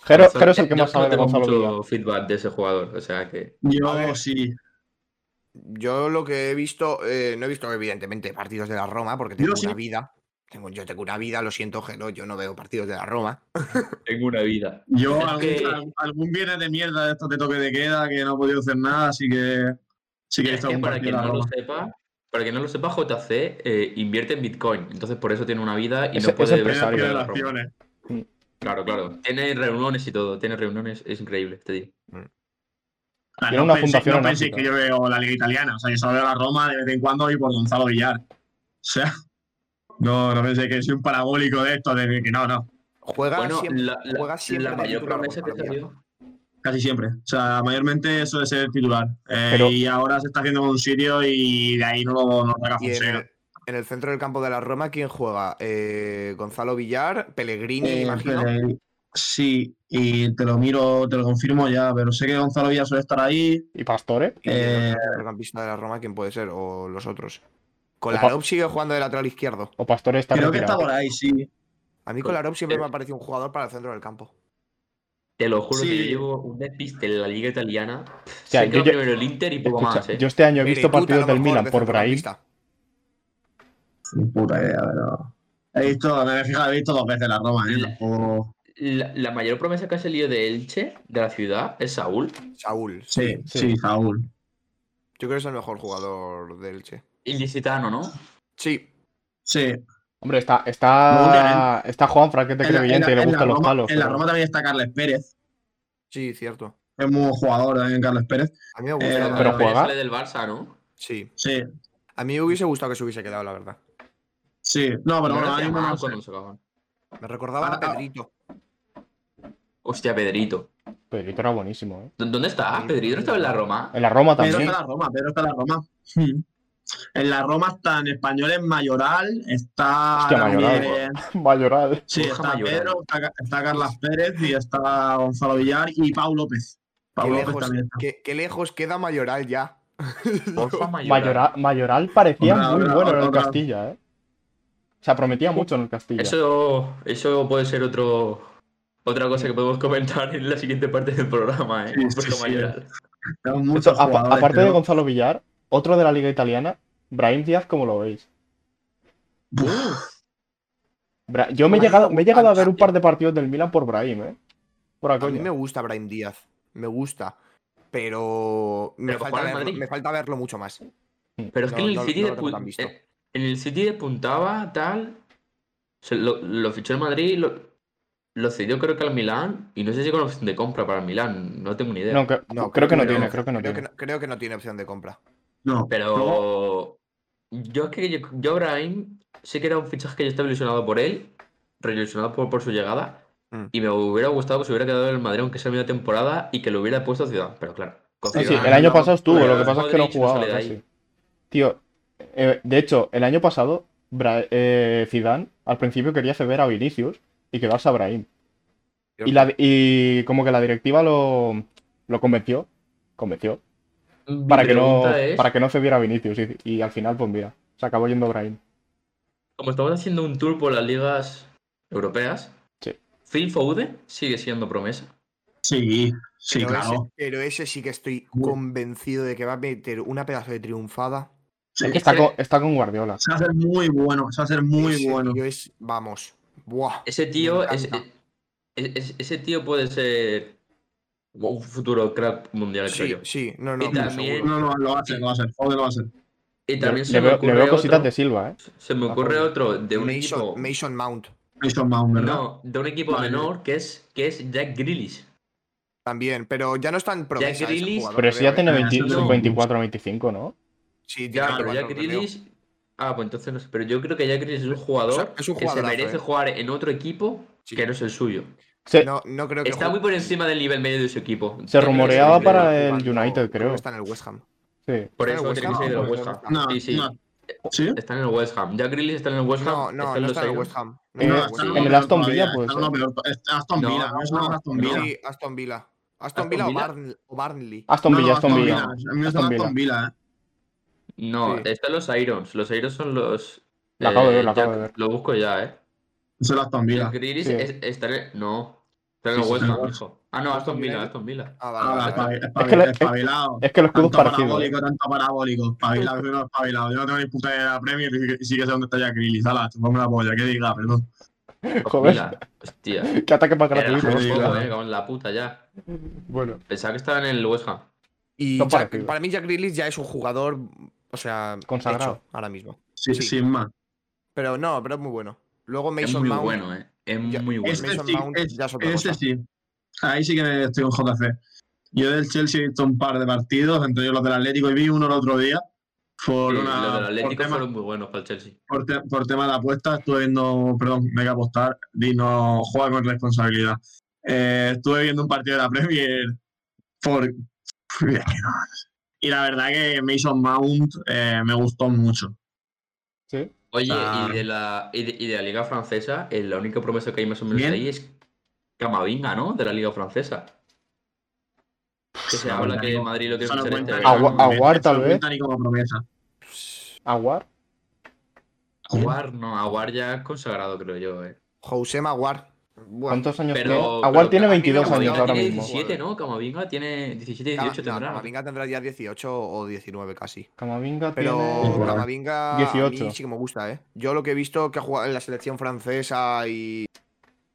[SPEAKER 2] Jero,
[SPEAKER 4] Gonzalo-
[SPEAKER 2] Jero es el que
[SPEAKER 4] yo
[SPEAKER 2] más sabe
[SPEAKER 4] no
[SPEAKER 2] de
[SPEAKER 4] tengo
[SPEAKER 2] Gonzalo
[SPEAKER 4] mucho
[SPEAKER 2] Villar.
[SPEAKER 4] feedback de ese jugador. O sea que.
[SPEAKER 3] Yo sí.
[SPEAKER 5] Yo lo que he visto, eh, no he visto evidentemente partidos de la Roma porque tengo
[SPEAKER 3] Yo
[SPEAKER 5] una
[SPEAKER 3] sí.
[SPEAKER 5] vida. Tengo, yo tengo una vida, lo siento, Geno, yo no veo partidos de la Roma.
[SPEAKER 4] Tengo una vida.
[SPEAKER 3] Yo
[SPEAKER 4] Es
[SPEAKER 3] algún,
[SPEAKER 4] que-
[SPEAKER 3] al- algún viene de mierda de estos de toque de queda que no he podido hacer nada, así que sí que he
[SPEAKER 4] Es
[SPEAKER 3] estado
[SPEAKER 4] que
[SPEAKER 3] un
[SPEAKER 4] para
[SPEAKER 3] partido
[SPEAKER 4] quien
[SPEAKER 3] de la
[SPEAKER 4] no lo
[SPEAKER 3] Roma.
[SPEAKER 4] sepa, para quien no lo sepa, JC eh, invierte en Bitcoin. Entonces por eso tiene una vida y
[SPEAKER 2] Ese-
[SPEAKER 4] no puede
[SPEAKER 2] ese
[SPEAKER 4] ver
[SPEAKER 2] empresario.
[SPEAKER 4] partido
[SPEAKER 3] Pero
[SPEAKER 4] de la
[SPEAKER 3] las
[SPEAKER 4] Roma.
[SPEAKER 3] acciones.
[SPEAKER 4] Claro, claro. Tiene reuniones y todo. Tiene reuniones. Es increíble este tío.
[SPEAKER 3] Ah,
[SPEAKER 2] Tiene
[SPEAKER 3] No
[SPEAKER 2] una
[SPEAKER 3] penséis-
[SPEAKER 2] fundación
[SPEAKER 3] no
[SPEAKER 2] en
[SPEAKER 3] penséis
[SPEAKER 2] África.
[SPEAKER 3] que yo veo la liga italiana, o sea, yo solo veo la Roma de vez en cuando y por Gonzalo Villar. O sea, no, no penséis que soy un parabólico de esto, de que no, no,
[SPEAKER 5] Juega
[SPEAKER 4] Bueno,
[SPEAKER 5] Ah, siempre,
[SPEAKER 4] la, la-
[SPEAKER 5] juega siempre
[SPEAKER 4] la
[SPEAKER 5] de
[SPEAKER 4] mayor
[SPEAKER 5] titular
[SPEAKER 4] promesa que
[SPEAKER 5] Gonzalo Villar.
[SPEAKER 4] salió.
[SPEAKER 3] casi siempre. O sea, mayormente suele ser titular. Eh,
[SPEAKER 2] Pero-
[SPEAKER 3] Y ahora se está haciendo con un sitio y de ahí no lo no lo saca
[SPEAKER 5] y en,
[SPEAKER 3] Fonseca.
[SPEAKER 5] el, en el centro del campo de la Roma, ¿quién juega? Eh, Gonzalo Villar, Pellegrini,
[SPEAKER 3] Eh,
[SPEAKER 5] imagino.
[SPEAKER 3] Pellegrini. Sí, y te lo miro, te lo confirmo ya, pero sé que Gonzalo Villar suele estar ahí.
[SPEAKER 2] ¿Y Pastore?
[SPEAKER 5] Y en
[SPEAKER 3] eh,
[SPEAKER 5] el centrocampista de la Roma, ¿quién puede ser? O los otros. Kolarov sigue jugando de lateral izquierdo.
[SPEAKER 2] ¿O Pastore está
[SPEAKER 3] Creo que está
[SPEAKER 2] retirado?
[SPEAKER 3] por ahí, sí.
[SPEAKER 5] A mí Kolarov siempre
[SPEAKER 4] Eh.
[SPEAKER 5] me ha parecido un jugador para el centro del campo.
[SPEAKER 4] Te lo juro que
[SPEAKER 3] Sí.
[SPEAKER 4] yo llevo un despiste en la liga italiana.
[SPEAKER 2] sea,
[SPEAKER 4] sé que
[SPEAKER 2] yo-
[SPEAKER 4] va
[SPEAKER 2] yo-
[SPEAKER 4] primero el Inter y poco
[SPEAKER 2] Escucha,
[SPEAKER 4] más, ¿eh?
[SPEAKER 2] Yo este año he visto
[SPEAKER 5] Beirut, a lo
[SPEAKER 2] partidos del
[SPEAKER 5] mejor,
[SPEAKER 2] Milan
[SPEAKER 5] de
[SPEAKER 2] por Brahim.
[SPEAKER 5] centrocampista.
[SPEAKER 3] Ni Puta idea, pero. He visto, me he fijado, he visto dos veces la Roma, ¿eh? Tampoco-
[SPEAKER 4] La, la mayor promesa que ha salido de Elche, de la ciudad, es Saúl.
[SPEAKER 5] Saúl.
[SPEAKER 3] Sí,
[SPEAKER 2] Sí.
[SPEAKER 3] sí, Saúl.
[SPEAKER 5] Yo creo que es el mejor jugador del Che.
[SPEAKER 4] El licitano, ¿no?
[SPEAKER 5] Sí.
[SPEAKER 3] Sí.
[SPEAKER 2] Hombre, está, está, está Juan Franquete
[SPEAKER 3] En la- en
[SPEAKER 2] Crevillente
[SPEAKER 3] la-
[SPEAKER 2] y le
[SPEAKER 3] en la
[SPEAKER 2] gustan los
[SPEAKER 3] Roma-
[SPEAKER 2] palos.
[SPEAKER 3] En la
[SPEAKER 2] pero-
[SPEAKER 3] Roma también está Carles Pérez.
[SPEAKER 5] Sí, cierto.
[SPEAKER 3] Es muy buen jugador también, Carles Pérez.
[SPEAKER 5] A mí me
[SPEAKER 3] Eh,
[SPEAKER 5] gusta.
[SPEAKER 2] pero juega.
[SPEAKER 4] Sale del Barça, ¿no?
[SPEAKER 5] Sí.
[SPEAKER 3] Sí,
[SPEAKER 5] A mí me hubiese gustado que se hubiese quedado, la verdad.
[SPEAKER 3] sí.
[SPEAKER 4] No
[SPEAKER 3] No, pero bueno,
[SPEAKER 4] era
[SPEAKER 3] ahora mismo
[SPEAKER 4] Thiago
[SPEAKER 3] no sé.
[SPEAKER 4] cuando lo sacaban.
[SPEAKER 5] Me recordaba a
[SPEAKER 3] Ah, ah.
[SPEAKER 5] Pedrito.
[SPEAKER 4] Hostia, Pedrito.
[SPEAKER 2] Pedrito era buenísimo, ¿eh?
[SPEAKER 4] ¿Dó- ¿Dónde está?
[SPEAKER 5] Sí,
[SPEAKER 4] ¿Pedrito estaba en la Roma?
[SPEAKER 2] En la Roma
[SPEAKER 3] Pedro
[SPEAKER 2] también.
[SPEAKER 3] está en la Roma, Pedro está en la Roma. Hmm. En la Roma está en español en Mayoral, está
[SPEAKER 2] Hostia, Mayoral.
[SPEAKER 3] también-
[SPEAKER 2] Mayoral.
[SPEAKER 3] Sí,
[SPEAKER 4] Borja
[SPEAKER 3] está
[SPEAKER 4] Mayoral.
[SPEAKER 2] ¿eh?
[SPEAKER 3] Pedro, está, está Carlas Pérez y está Gonzalo Villar y Pau López. Pau
[SPEAKER 5] Qué
[SPEAKER 3] López
[SPEAKER 5] lejos,
[SPEAKER 3] también está.
[SPEAKER 5] qué- qué lejos queda Mayoral ya.
[SPEAKER 4] Borja
[SPEAKER 2] Mayoral, Mayoral parecía
[SPEAKER 3] Otra,
[SPEAKER 2] muy
[SPEAKER 3] otra,
[SPEAKER 2] bueno en el
[SPEAKER 3] otra.
[SPEAKER 2] Castilla, ¿eh? O sea, prometía mucho en el Castilla.
[SPEAKER 4] Eso, eso puede ser otro, otra cosa que podemos comentar en la siguiente parte del programa, ¿eh?
[SPEAKER 3] Sí, sí,
[SPEAKER 4] Borja
[SPEAKER 3] sí.
[SPEAKER 4] Mayoral.
[SPEAKER 3] Tenemos
[SPEAKER 2] Esto,
[SPEAKER 3] muchos
[SPEAKER 2] apa-
[SPEAKER 3] jugadores,
[SPEAKER 2] aparte de
[SPEAKER 3] pero-
[SPEAKER 2] Gonzalo Villar, otro de la Liga Italiana, Brahim Díaz, ¿cómo lo veis?
[SPEAKER 3] Uf,
[SPEAKER 2] Bra- Yo me he
[SPEAKER 5] Brahim
[SPEAKER 2] llegado,
[SPEAKER 5] me
[SPEAKER 2] me he llegado a ver un
[SPEAKER 5] gusta.
[SPEAKER 2] par de partidos del Milan por Brahim, ¿eh? Por la
[SPEAKER 5] A mí
[SPEAKER 2] coña.
[SPEAKER 5] me gusta Brian Díaz, me gusta, pero me,
[SPEAKER 4] Pero para
[SPEAKER 5] falta,
[SPEAKER 4] jugar en
[SPEAKER 5] verlo,
[SPEAKER 4] Madrid.
[SPEAKER 5] me falta verlo mucho más.
[SPEAKER 4] Pero es que
[SPEAKER 5] No,
[SPEAKER 4] en el
[SPEAKER 5] no-
[SPEAKER 4] City
[SPEAKER 5] no
[SPEAKER 4] de
[SPEAKER 5] lo tengo
[SPEAKER 4] pu-
[SPEAKER 5] tan visto.
[SPEAKER 4] eh, en el City despuntaba, tal. se lo, lo fichó el Madrid, lo, lo cedió creo que al Milán. Y no sé si con opción de compra para el Milán, no tengo ni idea.
[SPEAKER 2] No, que-
[SPEAKER 5] No,
[SPEAKER 2] creo que no
[SPEAKER 4] pero-
[SPEAKER 2] tiene, creo que no
[SPEAKER 5] creo,
[SPEAKER 2] tiene.
[SPEAKER 5] Que no, creo que no tiene opción de compra.
[SPEAKER 3] No, luego-
[SPEAKER 4] Pero yo es que yo, yo a Brahim sí que era un fichaje que yo estaba ilusionado por él, reilusionado por, por su llegada.
[SPEAKER 5] Mm.
[SPEAKER 4] Y me hubiera gustado que se hubiera quedado en el Madrid, aunque sea media temporada, y que lo hubiera puesto Ciudad. Pero claro, con
[SPEAKER 2] Ah, Sí, sí,
[SPEAKER 4] Zidane
[SPEAKER 2] el año
[SPEAKER 4] ah, no-
[SPEAKER 2] pasado estuvo,
[SPEAKER 4] Pero
[SPEAKER 2] lo que pasa es que no
[SPEAKER 4] Modric
[SPEAKER 2] jugaba
[SPEAKER 4] sale de ahí.
[SPEAKER 2] casi. Tío, eh, de hecho, el año pasado, Bra- eh, Zidane al principio quería ceder a Vinicius y quedarse a Brahim. Y, la, y como que la directiva lo, lo convenció, convenció,
[SPEAKER 4] Mi
[SPEAKER 2] para que, no,
[SPEAKER 4] pregunta es,
[SPEAKER 2] para que no cediera a Vinicius. Y, y al final, pues mira, se acabó yendo Brahim.
[SPEAKER 4] como estamos haciendo un tour por las ligas europeas,
[SPEAKER 2] Sí.
[SPEAKER 4] Phil Foden sigue siendo promesa.
[SPEAKER 3] Sí, sí,
[SPEAKER 5] pero,
[SPEAKER 3] claro.
[SPEAKER 5] ese, pero ese sí que estoy
[SPEAKER 3] Muy-
[SPEAKER 5] convencido de que va a meter una pedazo de triunfada.
[SPEAKER 3] Sí.
[SPEAKER 4] Es
[SPEAKER 2] Está
[SPEAKER 4] que-
[SPEAKER 2] con, está con Guardiola.
[SPEAKER 3] Se va a hacer muy bueno, se va a hacer muy
[SPEAKER 5] Ese
[SPEAKER 3] bueno.
[SPEAKER 5] tío es, vamos, buah.
[SPEAKER 4] Ese tío, es-
[SPEAKER 5] encanta.
[SPEAKER 4] es- es- ese tío puede ser un futuro crack mundial,
[SPEAKER 5] Sí,
[SPEAKER 4] creo yo.
[SPEAKER 5] sí, no, no,
[SPEAKER 4] Y
[SPEAKER 5] pero
[SPEAKER 4] también-
[SPEAKER 5] seguro.
[SPEAKER 3] No, no, lo va a hacer, lo va a hacer. Joder, lo va a hacer.
[SPEAKER 4] Y
[SPEAKER 2] Le,
[SPEAKER 4] también
[SPEAKER 2] le
[SPEAKER 4] se me
[SPEAKER 2] veo, le
[SPEAKER 4] ocurre
[SPEAKER 2] veo cositas
[SPEAKER 4] otro-
[SPEAKER 2] de Silva, ¿eh?
[SPEAKER 4] Se me
[SPEAKER 2] Ah,
[SPEAKER 4] ocurre
[SPEAKER 2] joder.
[SPEAKER 4] otro de un equipo.
[SPEAKER 5] Mason, Mason Mount
[SPEAKER 3] Mason Mount, ¿verdad?
[SPEAKER 4] No, de un equipo
[SPEAKER 3] Vale.
[SPEAKER 4] menor que es, que es Jack Grealish.
[SPEAKER 5] también, pero ya no está en promesa. ese
[SPEAKER 4] Grealish-
[SPEAKER 5] jugador,
[SPEAKER 2] Pero si
[SPEAKER 5] creo,
[SPEAKER 2] ya
[SPEAKER 5] ¿eh?
[SPEAKER 2] tiene
[SPEAKER 3] Ah,
[SPEAKER 2] 20
[SPEAKER 3] eso no.
[SPEAKER 2] sub 24 25, ¿no?
[SPEAKER 5] Sí, tiene
[SPEAKER 4] Ya, pero
[SPEAKER 5] 24,
[SPEAKER 4] Jack
[SPEAKER 5] creo.
[SPEAKER 4] Grealish. Ah, pues entonces no sé. Pero yo creo que Jack Grealish es un jugador
[SPEAKER 5] o sea, es un
[SPEAKER 4] que se
[SPEAKER 5] jugadorazo,
[SPEAKER 4] merece
[SPEAKER 5] eh.
[SPEAKER 4] jugar en otro equipo
[SPEAKER 5] Sí.
[SPEAKER 4] que no es el suyo.
[SPEAKER 2] Se,
[SPEAKER 5] No, no creo que
[SPEAKER 4] Está
[SPEAKER 5] juegue-
[SPEAKER 4] muy por encima del nivel medio de su equipo.
[SPEAKER 2] se
[SPEAKER 4] Yo creo que
[SPEAKER 2] rumoreaba
[SPEAKER 4] se merece-
[SPEAKER 2] para el
[SPEAKER 5] jugando-
[SPEAKER 2] United, creo.
[SPEAKER 5] que Está en el West Ham.
[SPEAKER 2] Sí.
[SPEAKER 4] Por
[SPEAKER 5] está en
[SPEAKER 4] eso
[SPEAKER 5] el
[SPEAKER 4] tiene que
[SPEAKER 3] West
[SPEAKER 4] ser del
[SPEAKER 3] Ham,
[SPEAKER 4] West Ham.
[SPEAKER 3] No,
[SPEAKER 4] Sí, Eh, sí.
[SPEAKER 3] no. ¿Sí?
[SPEAKER 4] Está en el West Ham. Jack Grealish está en el West Ham.
[SPEAKER 5] No, no,
[SPEAKER 4] en
[SPEAKER 5] no
[SPEAKER 4] los
[SPEAKER 5] está en el
[SPEAKER 4] Lions.
[SPEAKER 5] West Ham. No,
[SPEAKER 2] Eh,
[SPEAKER 5] no,
[SPEAKER 3] No,
[SPEAKER 5] no,
[SPEAKER 3] está
[SPEAKER 5] sí.
[SPEAKER 3] lo
[SPEAKER 2] en el
[SPEAKER 3] peor
[SPEAKER 2] Aston
[SPEAKER 3] todavía,
[SPEAKER 2] Villa puede
[SPEAKER 3] está lo
[SPEAKER 2] ser.
[SPEAKER 3] peor. Es- Aston
[SPEAKER 4] No,
[SPEAKER 3] Villa, no, es
[SPEAKER 4] no,
[SPEAKER 3] Aston
[SPEAKER 4] no.
[SPEAKER 3] Villa.
[SPEAKER 5] Sí, Aston Villa.
[SPEAKER 4] Aston
[SPEAKER 5] Aston Villa o,
[SPEAKER 4] Villa.
[SPEAKER 5] Barn- o Barnley.
[SPEAKER 2] Aston
[SPEAKER 3] No,
[SPEAKER 2] Villa, Aston Villa.
[SPEAKER 3] A mí me suena
[SPEAKER 2] Aston Villa.
[SPEAKER 3] Aston Villa, eh.
[SPEAKER 4] No,
[SPEAKER 5] Sí.
[SPEAKER 4] están los Irons. Los Irons son los. eh,
[SPEAKER 2] Lo acabo de ver, lo
[SPEAKER 4] Jack-
[SPEAKER 2] acabo de ver.
[SPEAKER 4] Lo busco ya, eh.
[SPEAKER 3] Es el Aston Villa.
[SPEAKER 4] Jack Grealish
[SPEAKER 2] Sí.
[SPEAKER 4] es- está en el. No. Está en
[SPEAKER 2] Sí,
[SPEAKER 4] el
[SPEAKER 2] sí,
[SPEAKER 4] West
[SPEAKER 3] sí.
[SPEAKER 4] Ham, hijo. Ah, no, Aston
[SPEAKER 5] Aston
[SPEAKER 4] Villa,
[SPEAKER 5] Villa.
[SPEAKER 4] Aston Vila.
[SPEAKER 5] Ah, vale,
[SPEAKER 3] Ah,
[SPEAKER 5] vale, vale.
[SPEAKER 3] espabil-
[SPEAKER 2] Es que le-
[SPEAKER 3] espabil- Espabilado.
[SPEAKER 2] Es que lo escudo es
[SPEAKER 3] Tanto
[SPEAKER 2] parecido. ¿eh?
[SPEAKER 3] parabólico, tanto parabólico. Espabilado, yo no espabilado. Yo no tengo ni puta idea de la Premier y sí que- sí que sé dónde está Jack Grealish. Ala, chupame la polla, que diga, perdón.
[SPEAKER 2] Joder.
[SPEAKER 4] Hostia.
[SPEAKER 2] Que ataque más
[SPEAKER 4] Era
[SPEAKER 2] gratuito.
[SPEAKER 3] Joder.
[SPEAKER 4] un
[SPEAKER 3] sí,
[SPEAKER 4] poco,
[SPEAKER 3] claro.
[SPEAKER 4] eh, con la puta ya.
[SPEAKER 2] Bueno,
[SPEAKER 4] Pensaba que estaba en el West Ham.
[SPEAKER 5] Y
[SPEAKER 2] Son
[SPEAKER 5] Jack-
[SPEAKER 2] parecidos.
[SPEAKER 5] para mí Jack Grealish ya es un jugador, o sea,
[SPEAKER 2] Consagrado.
[SPEAKER 5] hecho ahora mismo.
[SPEAKER 3] Sí,
[SPEAKER 5] Sí.
[SPEAKER 3] sin más.
[SPEAKER 5] Pero no, pero es muy bueno. Luego
[SPEAKER 4] Es
[SPEAKER 5] Mason
[SPEAKER 4] muy
[SPEAKER 5] Mount.
[SPEAKER 4] bueno, eh. Es
[SPEAKER 5] Ya-
[SPEAKER 4] muy bueno.
[SPEAKER 5] Pues
[SPEAKER 3] Este
[SPEAKER 5] Mason
[SPEAKER 3] sí,
[SPEAKER 5] Mount
[SPEAKER 3] es-
[SPEAKER 5] ya es otra
[SPEAKER 3] Ese
[SPEAKER 5] cosa.
[SPEAKER 3] sí. Ahí sí que estoy con JC. Yo del Chelsea he visto un par de partidos, entre ellos los del Atlético, y vi uno el otro día. Por,
[SPEAKER 4] Sí,
[SPEAKER 3] una,
[SPEAKER 4] los del
[SPEAKER 3] por,
[SPEAKER 4] Atlético
[SPEAKER 3] tema,
[SPEAKER 4] fueron muy buenos para el Chelsea.
[SPEAKER 3] por te- por tema de apuestas, estuve viendo, perdón, me hay que apostar, Dino juega con responsabilidad. Eh, estuve viendo un partido de la Premier por... Y la verdad que Mason Mount eh, me gustó mucho.
[SPEAKER 2] sí.
[SPEAKER 4] Oye,
[SPEAKER 3] Ah.
[SPEAKER 4] y, de la, y, de, y de la Liga Francesa, eh, la única promesa que hay más o menos
[SPEAKER 3] Bien.
[SPEAKER 4] ahí es Camavinga, ¿no? De la Liga Francesa. Que se
[SPEAKER 3] No,
[SPEAKER 4] habla
[SPEAKER 3] no,
[SPEAKER 4] que
[SPEAKER 3] no.
[SPEAKER 4] Madrid lo que
[SPEAKER 3] Eso no
[SPEAKER 4] fichar es
[SPEAKER 3] cuenta
[SPEAKER 4] este
[SPEAKER 3] ni
[SPEAKER 4] verano.
[SPEAKER 3] como
[SPEAKER 2] Agua-
[SPEAKER 3] promesa,
[SPEAKER 2] Aguar,
[SPEAKER 3] eso no
[SPEAKER 2] tal vez.
[SPEAKER 3] cuenta ni como promesa.
[SPEAKER 2] Aguar.
[SPEAKER 4] Aguar, no, Aguar ya es consagrado, creo yo. Eh.
[SPEAKER 5] José Maguar. Bueno,
[SPEAKER 2] ¿Cuántos años
[SPEAKER 4] Pero-
[SPEAKER 2] tiene? Aguar
[SPEAKER 4] pero
[SPEAKER 2] tiene
[SPEAKER 4] a mí me
[SPEAKER 2] 22
[SPEAKER 5] gusta,
[SPEAKER 2] años
[SPEAKER 4] Camavinga
[SPEAKER 2] ahora
[SPEAKER 4] tiene
[SPEAKER 2] mismo.
[SPEAKER 4] 17, ¿no? Camavinga tiene 17, 18
[SPEAKER 5] Cam- no,
[SPEAKER 4] tendrá. ¿no?
[SPEAKER 5] Camavinga tendrá ya 18 o 19 casi.
[SPEAKER 2] Camavinga
[SPEAKER 5] Pero
[SPEAKER 2] tiene.
[SPEAKER 5] Camavinga a
[SPEAKER 2] 18.
[SPEAKER 5] mí sí que me gusta, ¿eh? Yo lo que he visto que ha jugado en la selección francesa y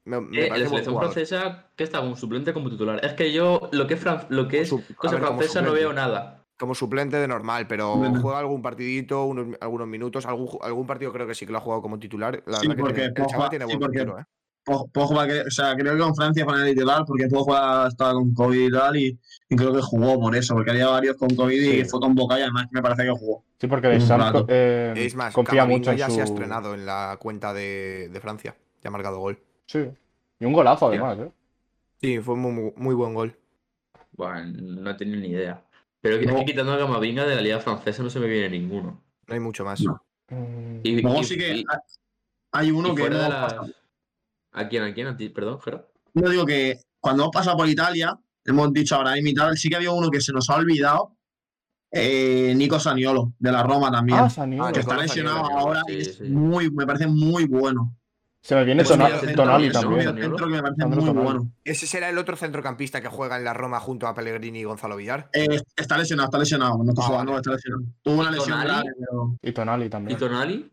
[SPEAKER 5] me, me
[SPEAKER 4] Eh, la
[SPEAKER 5] parece buen
[SPEAKER 4] selección
[SPEAKER 5] jugador.
[SPEAKER 4] francesa, que está como suplente como titular. Es que yo, lo que es, Fran- lo que es
[SPEAKER 5] Su- a
[SPEAKER 4] cosa
[SPEAKER 5] ver, como
[SPEAKER 4] francesa, no
[SPEAKER 5] suplente.
[SPEAKER 4] veo nada.
[SPEAKER 5] Como suplente de normal, pero
[SPEAKER 3] Bueno.
[SPEAKER 5] juega algún partidito, unos- algunos minutos, algún, ju- algún partido creo que sí que lo ha jugado como titular. La
[SPEAKER 3] Sí,
[SPEAKER 5] verdad que
[SPEAKER 3] porque
[SPEAKER 5] tiene- el
[SPEAKER 3] Pogba-
[SPEAKER 5] chaval tiene
[SPEAKER 3] sí,
[SPEAKER 5] buen
[SPEAKER 3] porque-
[SPEAKER 5] futuro, ¿eh?
[SPEAKER 3] Po- Pogba, cre- o sea, creo que con Francia fue en el titular porque Pogba estaba con COVID y tal y, y creo que jugó por eso, porque había varios con COVID y
[SPEAKER 2] Sí.
[SPEAKER 3] fue convocado y además me parece que jugó.
[SPEAKER 2] Sí, porque de
[SPEAKER 3] un
[SPEAKER 2] Sanz
[SPEAKER 3] rato.
[SPEAKER 2] eh,
[SPEAKER 5] Es más,
[SPEAKER 2] confía
[SPEAKER 5] Camavinga
[SPEAKER 2] mucho en
[SPEAKER 5] ya
[SPEAKER 2] su.
[SPEAKER 5] se ha estrenado en la cuenta de, de Francia. Ya ha marcado gol.
[SPEAKER 2] Sí. Y un golazo además, ¿eh?
[SPEAKER 5] Sí, fue muy, muy- muy buen gol.
[SPEAKER 4] Bueno, no tenía ni idea. Pero es que
[SPEAKER 3] No.
[SPEAKER 4] quitando a Camavinga de la Liga Francesa no se me viene ninguno.
[SPEAKER 5] No hay mucho más.
[SPEAKER 3] No.
[SPEAKER 2] Mm,
[SPEAKER 4] Y,
[SPEAKER 3] Luego
[SPEAKER 4] y-
[SPEAKER 3] sí que
[SPEAKER 4] y-
[SPEAKER 3] ha- hay uno
[SPEAKER 4] y
[SPEAKER 3] que
[SPEAKER 4] fuera
[SPEAKER 3] no,
[SPEAKER 4] de
[SPEAKER 3] pasa-
[SPEAKER 4] las- ¿A quién? ¿A quién? ¿A ti? Perdón, Jero.
[SPEAKER 3] no digo que cuando hemos pasado por Italia, hemos dicho ahora y tal, sí que había uno que se nos ha olvidado, eh, Nico Saniolo, de la Roma también.
[SPEAKER 2] Ah, Saniolo.
[SPEAKER 5] Ah,
[SPEAKER 3] que está
[SPEAKER 5] Nicolás
[SPEAKER 3] lesionado
[SPEAKER 5] Saniolo,
[SPEAKER 3] ahora
[SPEAKER 4] sí,
[SPEAKER 3] y es
[SPEAKER 4] sí.
[SPEAKER 3] muy, me parece muy bueno.
[SPEAKER 2] Se me viene
[SPEAKER 4] Pues
[SPEAKER 2] Tona-
[SPEAKER 4] mira,
[SPEAKER 2] Tonali,
[SPEAKER 4] centro,
[SPEAKER 3] Tonali
[SPEAKER 4] ¿no?
[SPEAKER 2] también.
[SPEAKER 4] Saniolo.
[SPEAKER 3] centro que me parece
[SPEAKER 2] Sandro
[SPEAKER 3] muy
[SPEAKER 2] Tonali.
[SPEAKER 3] bueno.
[SPEAKER 5] Ese será el otro centrocampista que juega en la Roma junto a Pellegrini y Gonzalo Villar.
[SPEAKER 3] Eh, está lesionado, está lesionado, no está
[SPEAKER 5] Ah,
[SPEAKER 3] jugando,
[SPEAKER 5] vale.
[SPEAKER 3] está lesionado. Tuvo una lesión
[SPEAKER 4] Tonali?
[SPEAKER 3] grave, pero...
[SPEAKER 2] Y Tonali
[SPEAKER 4] ¿Y
[SPEAKER 2] también.
[SPEAKER 4] Tonali?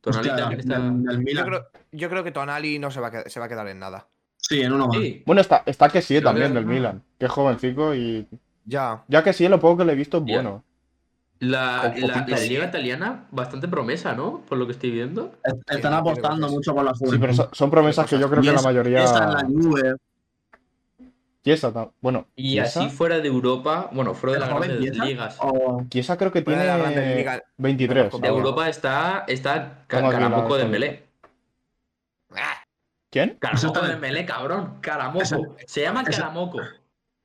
[SPEAKER 4] Tonali
[SPEAKER 3] Hostia,
[SPEAKER 4] también está.
[SPEAKER 3] del- del
[SPEAKER 5] Yo
[SPEAKER 3] Milan.
[SPEAKER 5] creo, yo creo que Tonali no se va, a qued- se va a quedar en nada.
[SPEAKER 3] Sí, en uno más.
[SPEAKER 4] Sí,
[SPEAKER 2] Bueno, está, está que sí
[SPEAKER 4] Creo
[SPEAKER 2] también
[SPEAKER 4] que-
[SPEAKER 2] del Milan. Que es jovencico y.
[SPEAKER 5] Ya.
[SPEAKER 2] Ya que sí, lo poco que le he visto es
[SPEAKER 4] Ya.
[SPEAKER 2] bueno.
[SPEAKER 4] la,
[SPEAKER 2] Ojo,
[SPEAKER 4] la,
[SPEAKER 2] pinta
[SPEAKER 4] la
[SPEAKER 2] bien.
[SPEAKER 4] liga italiana, bastante promesa, ¿no? Por lo que estoy viendo.
[SPEAKER 3] Est- Están apostando
[SPEAKER 5] Sí,
[SPEAKER 3] mucho por la
[SPEAKER 2] Sí,
[SPEAKER 3] juventud.
[SPEAKER 2] pero so- son promesas que yo creo
[SPEAKER 3] Y
[SPEAKER 2] que la
[SPEAKER 3] esa-
[SPEAKER 2] mayoría.
[SPEAKER 3] Esa es la Juve.
[SPEAKER 2] Chiesa, ta- bueno,
[SPEAKER 4] Y
[SPEAKER 2] Chiesa,
[SPEAKER 4] así fuera de Europa, bueno, fuera de
[SPEAKER 3] ¿El
[SPEAKER 4] las
[SPEAKER 3] joven
[SPEAKER 4] grandes
[SPEAKER 3] Chiesa?
[SPEAKER 4] ligas.
[SPEAKER 2] Ah,
[SPEAKER 3] O-
[SPEAKER 2] Chiesa creo que
[SPEAKER 5] Fuera de la Grandes
[SPEAKER 2] tiene
[SPEAKER 5] Ligas.
[SPEAKER 2] 23.
[SPEAKER 5] Copa
[SPEAKER 4] De
[SPEAKER 5] Vamos.
[SPEAKER 4] Europa está, está Ca-
[SPEAKER 2] Vamos a ver la
[SPEAKER 4] Caramoco de
[SPEAKER 2] tabla.
[SPEAKER 4] Melé.
[SPEAKER 5] Ah,
[SPEAKER 2] ¿Quién?
[SPEAKER 3] Eso
[SPEAKER 4] Caramoco
[SPEAKER 3] está
[SPEAKER 4] de
[SPEAKER 3] bien.
[SPEAKER 4] Melé, cabrón.
[SPEAKER 3] Eso-
[SPEAKER 4] Caramoco. Se llama
[SPEAKER 3] eso-
[SPEAKER 4] Caramoco.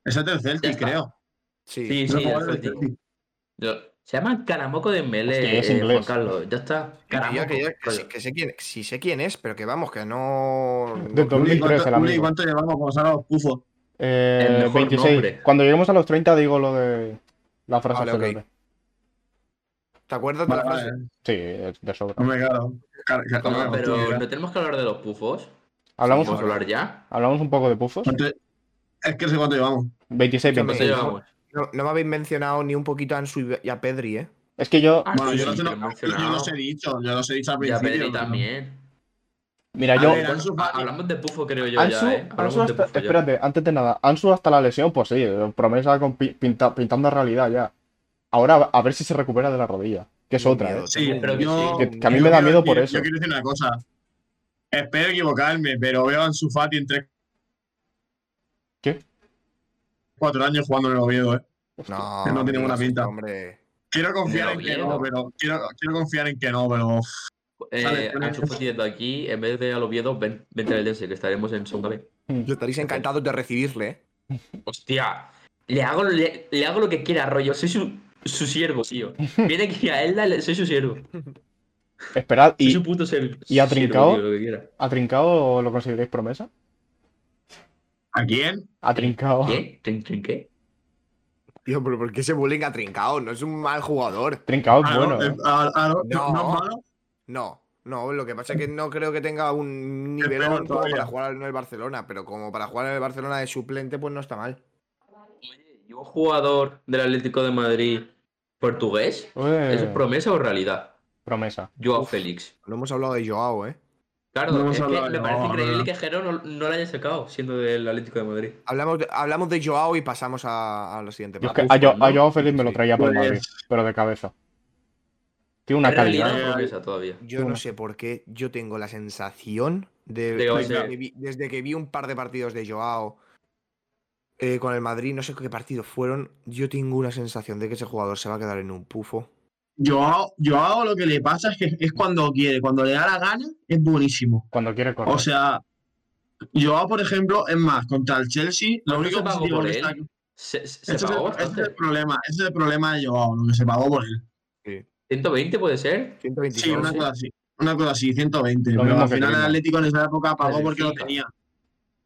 [SPEAKER 3] Ese es del
[SPEAKER 4] Ya
[SPEAKER 3] Celtic,
[SPEAKER 4] está.
[SPEAKER 3] creo.
[SPEAKER 5] Sí.
[SPEAKER 4] Sí,
[SPEAKER 3] No,
[SPEAKER 4] sí,
[SPEAKER 3] jugador
[SPEAKER 4] el
[SPEAKER 3] del
[SPEAKER 4] Celtic.
[SPEAKER 3] Celtic.
[SPEAKER 4] Lo- Se llama Caramoco de
[SPEAKER 2] Hostia,
[SPEAKER 4] Mele,
[SPEAKER 2] es
[SPEAKER 4] eh,
[SPEAKER 2] inglés.
[SPEAKER 4] Juan Carlos. Ya está.
[SPEAKER 5] Que ya-
[SPEAKER 4] Caramoco.
[SPEAKER 5] que ya- que sí-
[SPEAKER 4] coño.
[SPEAKER 5] que sé quién, sí sé quién es, pero que vamos, que no.
[SPEAKER 2] De
[SPEAKER 5] no-
[SPEAKER 3] Uli,
[SPEAKER 2] 2003 el
[SPEAKER 3] ¿cuánto, Uli,
[SPEAKER 2] amigo.
[SPEAKER 3] ¿cuánto llevamos? Vamos a los pufos.
[SPEAKER 2] Eh,
[SPEAKER 4] El mejor
[SPEAKER 2] 26.
[SPEAKER 4] nombre.
[SPEAKER 2] Cuando lleguemos a los 30 digo lo de la frase
[SPEAKER 5] Vale, ok.
[SPEAKER 2] célebre.
[SPEAKER 5] ¿Te acuerdas de
[SPEAKER 3] Vale,
[SPEAKER 5] la frase?
[SPEAKER 3] vale.
[SPEAKER 2] Sí, es de sobra.
[SPEAKER 3] Hombre, claro. Car- car-
[SPEAKER 4] Coño,
[SPEAKER 3] claro, tú
[SPEAKER 4] pero
[SPEAKER 3] dirás.
[SPEAKER 4] no tenemos que hablar de los pufos.
[SPEAKER 2] Hablamos,
[SPEAKER 4] ¿Podemos
[SPEAKER 5] ahora.
[SPEAKER 4] hablar ya?
[SPEAKER 2] hablamos un poco de pufos.
[SPEAKER 3] ¿Cuánto- Es que no sé cuánto llevamos.
[SPEAKER 2] 26,
[SPEAKER 5] Yo me-
[SPEAKER 4] ¿Cuánto
[SPEAKER 2] 26.
[SPEAKER 4] llevamos?
[SPEAKER 5] No, no me habéis mencionado ni un poquito a Ansu y a Pedri, ¿eh?
[SPEAKER 2] Es que yo,
[SPEAKER 4] Ah,
[SPEAKER 3] Bueno,
[SPEAKER 4] sí,
[SPEAKER 3] yo,
[SPEAKER 4] sí,
[SPEAKER 3] los,
[SPEAKER 4] te
[SPEAKER 3] he-
[SPEAKER 4] lo he
[SPEAKER 3] yo
[SPEAKER 4] mencionado.
[SPEAKER 3] los he dicho, yo los he dicho
[SPEAKER 4] Y
[SPEAKER 3] al
[SPEAKER 4] a
[SPEAKER 3] principio.
[SPEAKER 4] Pedri
[SPEAKER 3] pero-
[SPEAKER 4] también.
[SPEAKER 2] mira,
[SPEAKER 3] A
[SPEAKER 2] yo.
[SPEAKER 3] ver, Ansu
[SPEAKER 4] Ha-
[SPEAKER 3] Fati.
[SPEAKER 4] Hablamos de pufo, creo yo.
[SPEAKER 2] Ansu,
[SPEAKER 4] ya, ¿eh? Hablamos
[SPEAKER 2] Ansu
[SPEAKER 4] de
[SPEAKER 2] hasta-
[SPEAKER 4] pufo ya.
[SPEAKER 2] espérate, antes de nada, Ansu hasta la lesión, pues sí, promesa con pi- pinta- pintando realidad ya. Ahora a ver si se recupera de la rodilla, que es
[SPEAKER 5] Tengo
[SPEAKER 2] otra,
[SPEAKER 5] miedo,
[SPEAKER 2] ¿eh?
[SPEAKER 3] Sí,
[SPEAKER 5] tengo
[SPEAKER 4] pero que
[SPEAKER 5] miedo.
[SPEAKER 4] sí.
[SPEAKER 2] Que- que a mí
[SPEAKER 3] Yo
[SPEAKER 2] me da
[SPEAKER 3] quiero
[SPEAKER 2] miedo por
[SPEAKER 3] decir-
[SPEAKER 2] eso.
[SPEAKER 3] Yo quiero decir una cosa. Espero equivocarme, pero veo a Ansu Fati en 3
[SPEAKER 2] ¿Qué?
[SPEAKER 3] 4 años jugando en el Oviedo, eh.
[SPEAKER 5] No,
[SPEAKER 3] No tiene ninguna
[SPEAKER 5] hombre,
[SPEAKER 3] pinta.
[SPEAKER 5] Hombre.
[SPEAKER 3] Quiero confiar
[SPEAKER 4] En
[SPEAKER 3] en
[SPEAKER 4] el
[SPEAKER 3] que no,
[SPEAKER 4] Oviedo.
[SPEAKER 3] pero quiero, quiero confiar en que no, pero uf,
[SPEAKER 4] Eh,
[SPEAKER 3] Vale, vale.
[SPEAKER 4] Ansu Fati desde aquí, en vez de al Oviedo, ven, vente al Eldense, que estaremos en segunda vez.
[SPEAKER 5] Estaréis encantados de recibirle, ¿eh?
[SPEAKER 4] Hostia, le hago, le, le hago lo que quiera, rollo. Soy su, su siervo, tío. Viene aquí a Elda, le- soy su siervo.
[SPEAKER 2] eh. Esperad,
[SPEAKER 4] Soy su
[SPEAKER 2] ¿y
[SPEAKER 4] puto ser-
[SPEAKER 2] y ha
[SPEAKER 4] siervo,
[SPEAKER 2] trincado?
[SPEAKER 4] tío, lo que quiera.
[SPEAKER 2] a Trincao lo conseguiréis promesa?
[SPEAKER 3] ¿a quién?
[SPEAKER 2] A Trincao.
[SPEAKER 3] Oh.
[SPEAKER 4] ¿Qué? ¿Trin, trin qué?
[SPEAKER 5] Tío, pero ¿por qué ese bullying ha trincado? No es un mal jugador.
[SPEAKER 2] Trincao es
[SPEAKER 3] Ah,
[SPEAKER 2] bueno.
[SPEAKER 3] no,
[SPEAKER 2] ¿eh?
[SPEAKER 3] eh, ah, ah, no,
[SPEAKER 5] No.
[SPEAKER 3] ¿no es malo?
[SPEAKER 5] No, no, lo que pasa es que no creo que tenga un
[SPEAKER 3] Es
[SPEAKER 5] nivel
[SPEAKER 3] peor
[SPEAKER 5] como
[SPEAKER 3] todavía.
[SPEAKER 5] para jugar en el Barcelona, pero como para jugar en el Barcelona de suplente, pues no está mal.
[SPEAKER 4] Oye, ¿y un jugador del Atlético de Madrid portugués?
[SPEAKER 2] Eh,
[SPEAKER 4] ¿Es Ah, promesa o realidad?
[SPEAKER 2] promesa.
[SPEAKER 4] Joao
[SPEAKER 5] Uf.
[SPEAKER 4] Félix.
[SPEAKER 5] No hemos hablado de Joao, ¿eh?
[SPEAKER 4] Claro,
[SPEAKER 3] No hemos
[SPEAKER 4] es que
[SPEAKER 3] hablado de
[SPEAKER 4] me
[SPEAKER 3] Joao,
[SPEAKER 4] parece
[SPEAKER 3] la
[SPEAKER 4] increíble
[SPEAKER 3] verdad.
[SPEAKER 4] que Jero no, no lo haya sacado, siendo del Atlético de Madrid.
[SPEAKER 5] Hablamos de, hablamos de Joao y pasamos a, a lo siguiente.
[SPEAKER 2] Yo es
[SPEAKER 5] ¿vale?
[SPEAKER 2] que a, Jo-
[SPEAKER 4] ¿no?
[SPEAKER 2] a Joao Félix me lo traía por el
[SPEAKER 3] Pues-
[SPEAKER 2] Madrid, pero de cabeza. Tiene una
[SPEAKER 4] ¿Es realidad
[SPEAKER 2] calidad.
[SPEAKER 4] o promesa todavía?
[SPEAKER 5] Yo no sé por qué, yo tengo la sensación de,
[SPEAKER 4] De que va a
[SPEAKER 5] desde,
[SPEAKER 4] ser.
[SPEAKER 5] que vi, desde que vi un par de partidos de Joao eh, con el Madrid, no sé qué partidos fueron, yo tengo una sensación de que ese jugador se va a quedar en un pufo.
[SPEAKER 3] Joao, Joao lo que le pasa es que es cuando quiere, cuando le da la gana, es buenísimo.
[SPEAKER 2] Cuando quiere correr.
[SPEAKER 3] O sea, Joao, por ejemplo, es más, contra el Chelsea, lo
[SPEAKER 4] ¿Cuánto
[SPEAKER 3] único
[SPEAKER 4] se pagó
[SPEAKER 3] positivo
[SPEAKER 4] por
[SPEAKER 3] que
[SPEAKER 4] él?
[SPEAKER 3] está.
[SPEAKER 4] Se, se-
[SPEAKER 3] Ese
[SPEAKER 4] se
[SPEAKER 3] es,
[SPEAKER 4] pagó
[SPEAKER 3] el, este- ese es el
[SPEAKER 4] bastante.
[SPEAKER 3] problema, ese es el problema de Joao, lo que se pagó por él.
[SPEAKER 4] 120 puede ser.
[SPEAKER 5] 125.
[SPEAKER 3] Sí, una
[SPEAKER 4] sí.
[SPEAKER 3] cosa así, una cosa así, 120.
[SPEAKER 2] Lo
[SPEAKER 3] pero
[SPEAKER 2] mismo
[SPEAKER 3] al
[SPEAKER 2] que
[SPEAKER 3] final el
[SPEAKER 2] Griezmann.
[SPEAKER 3] Atlético en esa época pagó
[SPEAKER 4] Vale,
[SPEAKER 3] porque lo
[SPEAKER 4] fija.
[SPEAKER 3] tenía.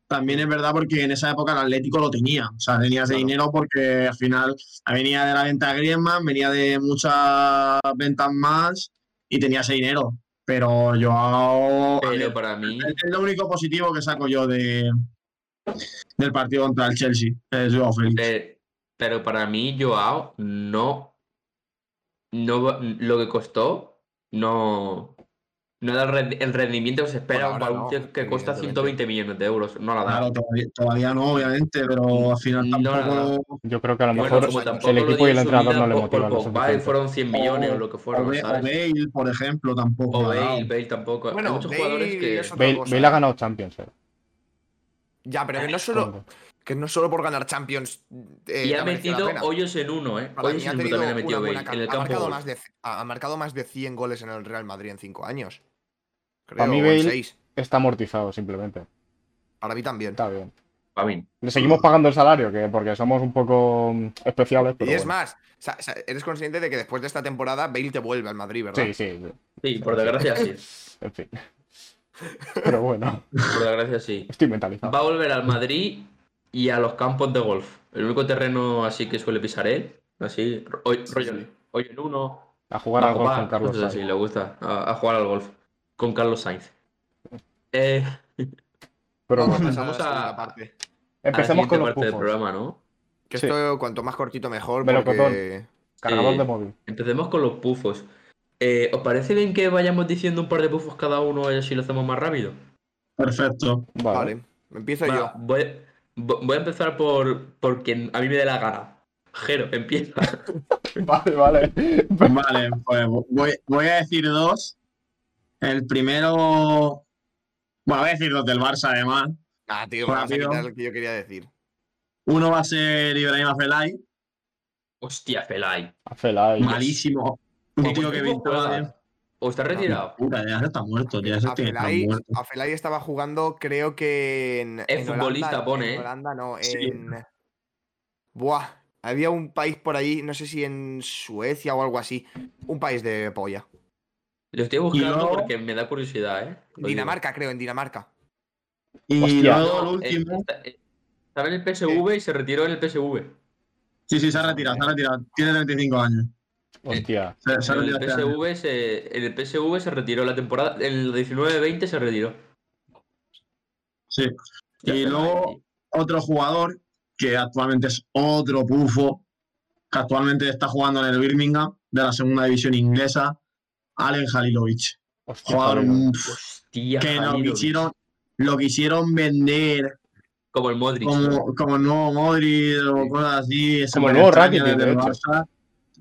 [SPEAKER 3] También es verdad porque en esa época el Atlético lo tenía. O sea, tenía ese
[SPEAKER 5] Claro.
[SPEAKER 3] dinero porque al final venía de la venta de Griezmann, venía de muchas ventas más y tenía ese dinero. Pero Joao... a ver,
[SPEAKER 4] Pero para mí,
[SPEAKER 3] Es lo único positivo que saco yo de del partido contra el Chelsea. Es Joao Félix.
[SPEAKER 4] pe- pero para mí, Joao, no, no va- lo que costó, no, no da el rendi- el rendimiento que se espera
[SPEAKER 5] Bueno,
[SPEAKER 4] para
[SPEAKER 5] ahora
[SPEAKER 4] un
[SPEAKER 5] no,
[SPEAKER 4] tío que cuesta
[SPEAKER 5] evidentemente.
[SPEAKER 4] 120 millones de euros. No la da.
[SPEAKER 3] Claro, todavía, todavía no, obviamente, pero al final
[SPEAKER 4] No,
[SPEAKER 3] tampoco.
[SPEAKER 4] nada.
[SPEAKER 2] Yo creo que a lo
[SPEAKER 4] Bueno, pues,
[SPEAKER 2] mejor
[SPEAKER 4] como tampoco
[SPEAKER 2] el
[SPEAKER 4] lo
[SPEAKER 2] equipo y el
[SPEAKER 4] dio en su
[SPEAKER 2] entrenador
[SPEAKER 4] vida
[SPEAKER 2] no le
[SPEAKER 4] por- por
[SPEAKER 2] motivan. lo
[SPEAKER 4] Pogba, eh,
[SPEAKER 2] suficiente.
[SPEAKER 4] fueron 100 millones o lo que
[SPEAKER 3] O,
[SPEAKER 4] fueron,
[SPEAKER 3] Be- o
[SPEAKER 4] ¿sabes?
[SPEAKER 3] Bale, por ejemplo, tampoco.
[SPEAKER 4] O
[SPEAKER 3] ha dado.
[SPEAKER 4] Bale, Bale tampoco.
[SPEAKER 5] Bueno,
[SPEAKER 4] Hay muchos
[SPEAKER 5] Bale
[SPEAKER 4] jugadores que...
[SPEAKER 5] es otra
[SPEAKER 2] Bale,
[SPEAKER 5] cosa.
[SPEAKER 2] Bale ha ganado Champions. eh.
[SPEAKER 5] Ya, pero que no solo, que no solo por ganar Champions. eh,
[SPEAKER 4] Y ha
[SPEAKER 5] ha merecido la
[SPEAKER 4] metido
[SPEAKER 5] pena.
[SPEAKER 4] hoyos en uno, ¿eh?
[SPEAKER 5] Para
[SPEAKER 4] Hoyos
[SPEAKER 5] mí ha
[SPEAKER 4] en uno
[SPEAKER 5] tenido
[SPEAKER 4] también ha
[SPEAKER 5] una
[SPEAKER 4] metido
[SPEAKER 5] buena
[SPEAKER 4] Bale
[SPEAKER 5] ca-
[SPEAKER 4] en el
[SPEAKER 5] ha
[SPEAKER 4] campo.
[SPEAKER 5] marcado
[SPEAKER 4] gol.
[SPEAKER 5] más de c- ha ha marcado más de 100 goles en el Real Madrid en 5 años. Creo,
[SPEAKER 2] mí
[SPEAKER 5] o en
[SPEAKER 2] Bale-
[SPEAKER 5] seis.
[SPEAKER 2] Está amortizado simplemente.
[SPEAKER 5] Para mí también.
[SPEAKER 2] Está bien.
[SPEAKER 4] Para mí.
[SPEAKER 2] Le seguimos pagando el salario, que porque somos un poco mm, especiales. Pero
[SPEAKER 5] Y es
[SPEAKER 2] bueno.
[SPEAKER 5] más, sa- sa- eres consciente de que después de esta temporada Bale te vuelve al Madrid, ¿verdad?
[SPEAKER 2] Sí, sí, sí.
[SPEAKER 4] Sí, por desgracia sí.
[SPEAKER 2] En fin. Pero bueno,
[SPEAKER 4] Por desgracia sí.
[SPEAKER 2] estoy mentalizado.
[SPEAKER 4] Va a volver al Madrid y a los campos de golf. El único terreno así que suele pisar él. Así, ro- hoy, rollo, hoy en uno.
[SPEAKER 2] A jugar al
[SPEAKER 4] bajo
[SPEAKER 2] golf
[SPEAKER 4] par,
[SPEAKER 2] con Carlos
[SPEAKER 4] cosas así,
[SPEAKER 2] Sainz.
[SPEAKER 4] le gusta a, a jugar al golf con Carlos Sainz. Eh,
[SPEAKER 2] Pero
[SPEAKER 5] Vamos,
[SPEAKER 2] bueno,
[SPEAKER 5] pasamos a la
[SPEAKER 4] Vamos a-
[SPEAKER 5] segunda parte.
[SPEAKER 4] a la
[SPEAKER 2] empecemos
[SPEAKER 4] siguiente
[SPEAKER 2] con los
[SPEAKER 4] parte del
[SPEAKER 2] pufos.
[SPEAKER 4] programa, ¿no?
[SPEAKER 5] Que
[SPEAKER 2] Sí.
[SPEAKER 5] esto cuanto más cortito mejor,
[SPEAKER 2] Melocotón.
[SPEAKER 5] porque
[SPEAKER 2] Cargador
[SPEAKER 4] Sí.
[SPEAKER 2] de móvil.
[SPEAKER 4] Empecemos con los pufos. Eh, ¿Os parece bien que vayamos diciendo un par de bufos cada uno y así lo hacemos más rápido?
[SPEAKER 3] Perfecto.
[SPEAKER 2] Vale.
[SPEAKER 5] Vale, empiezo
[SPEAKER 4] Va,
[SPEAKER 5] yo.
[SPEAKER 4] Voy, vo- voy a empezar por, por quien a mí me dé la gana. Jero, empieza.
[SPEAKER 2] Vale, vale.
[SPEAKER 3] Vale, pues voy, voy a decir dos. El primero. Bueno, voy a decir dos del Barça, además.
[SPEAKER 5] Ah, tío, me vas a
[SPEAKER 3] Rápido.
[SPEAKER 5] quitar el que yo quería decir.
[SPEAKER 3] Uno va a ser Ibrahim Afelay,
[SPEAKER 4] Hostia, Felay.
[SPEAKER 2] A Felay.
[SPEAKER 3] malísimo. Un tío que he visto.
[SPEAKER 4] ¿O está retirado?
[SPEAKER 3] Puta, ya está muerto, tío. Ese tío está
[SPEAKER 5] Afelay,
[SPEAKER 3] muerto.
[SPEAKER 5] Afelay estaba jugando, creo que en.
[SPEAKER 4] Es
[SPEAKER 5] en
[SPEAKER 4] futbolista,
[SPEAKER 5] Holanda,
[SPEAKER 4] pone,
[SPEAKER 5] En
[SPEAKER 4] ¿eh?
[SPEAKER 5] Holanda, no, en.
[SPEAKER 3] Sí.
[SPEAKER 5] Buah, había un país por ahí, no sé si en Suecia o algo así. Un país de polla.
[SPEAKER 4] Lo estoy buscando
[SPEAKER 3] luego-
[SPEAKER 4] porque me da curiosidad, ¿eh? Lo digo.
[SPEAKER 5] Dinamarca, creo, en Dinamarca.
[SPEAKER 3] Y
[SPEAKER 2] Hostia.
[SPEAKER 3] luego el
[SPEAKER 4] No, eh,
[SPEAKER 3] último.
[SPEAKER 4] está- eh, estaba en el PSV y se retiró en el PSV.
[SPEAKER 3] Sí, sí, se ha retirado, se ha retirado. Tiene 35 años.
[SPEAKER 2] Hostia.
[SPEAKER 3] Se, se ha
[SPEAKER 4] En el
[SPEAKER 3] retirado este año.
[SPEAKER 4] PSV se, en el PSV se retiró la temporada. En el 19-20 se retiró.
[SPEAKER 3] Sí.
[SPEAKER 4] Hostia,
[SPEAKER 3] Y
[SPEAKER 4] Felay,
[SPEAKER 3] luego-
[SPEAKER 4] tío.
[SPEAKER 3] otro jugador que actualmente es otro pufo, que actualmente está jugando en el Birmingham de la segunda división inglesa, Allen Halilovic.
[SPEAKER 2] Hostia.
[SPEAKER 3] Jugador
[SPEAKER 2] Javier.
[SPEAKER 3] pf,
[SPEAKER 4] Hostia,
[SPEAKER 3] que lo
[SPEAKER 4] Jalilovic.
[SPEAKER 3] quisieron, lo quisieron vender
[SPEAKER 4] Como el Modric.
[SPEAKER 3] como, como el nuevo Modric o
[SPEAKER 4] Sí.
[SPEAKER 3] cosas así.
[SPEAKER 2] Como
[SPEAKER 3] súper
[SPEAKER 2] el nuevo
[SPEAKER 3] extraña
[SPEAKER 2] Rakitic,
[SPEAKER 3] desde
[SPEAKER 2] de
[SPEAKER 3] el
[SPEAKER 2] hecho.
[SPEAKER 3] Barça.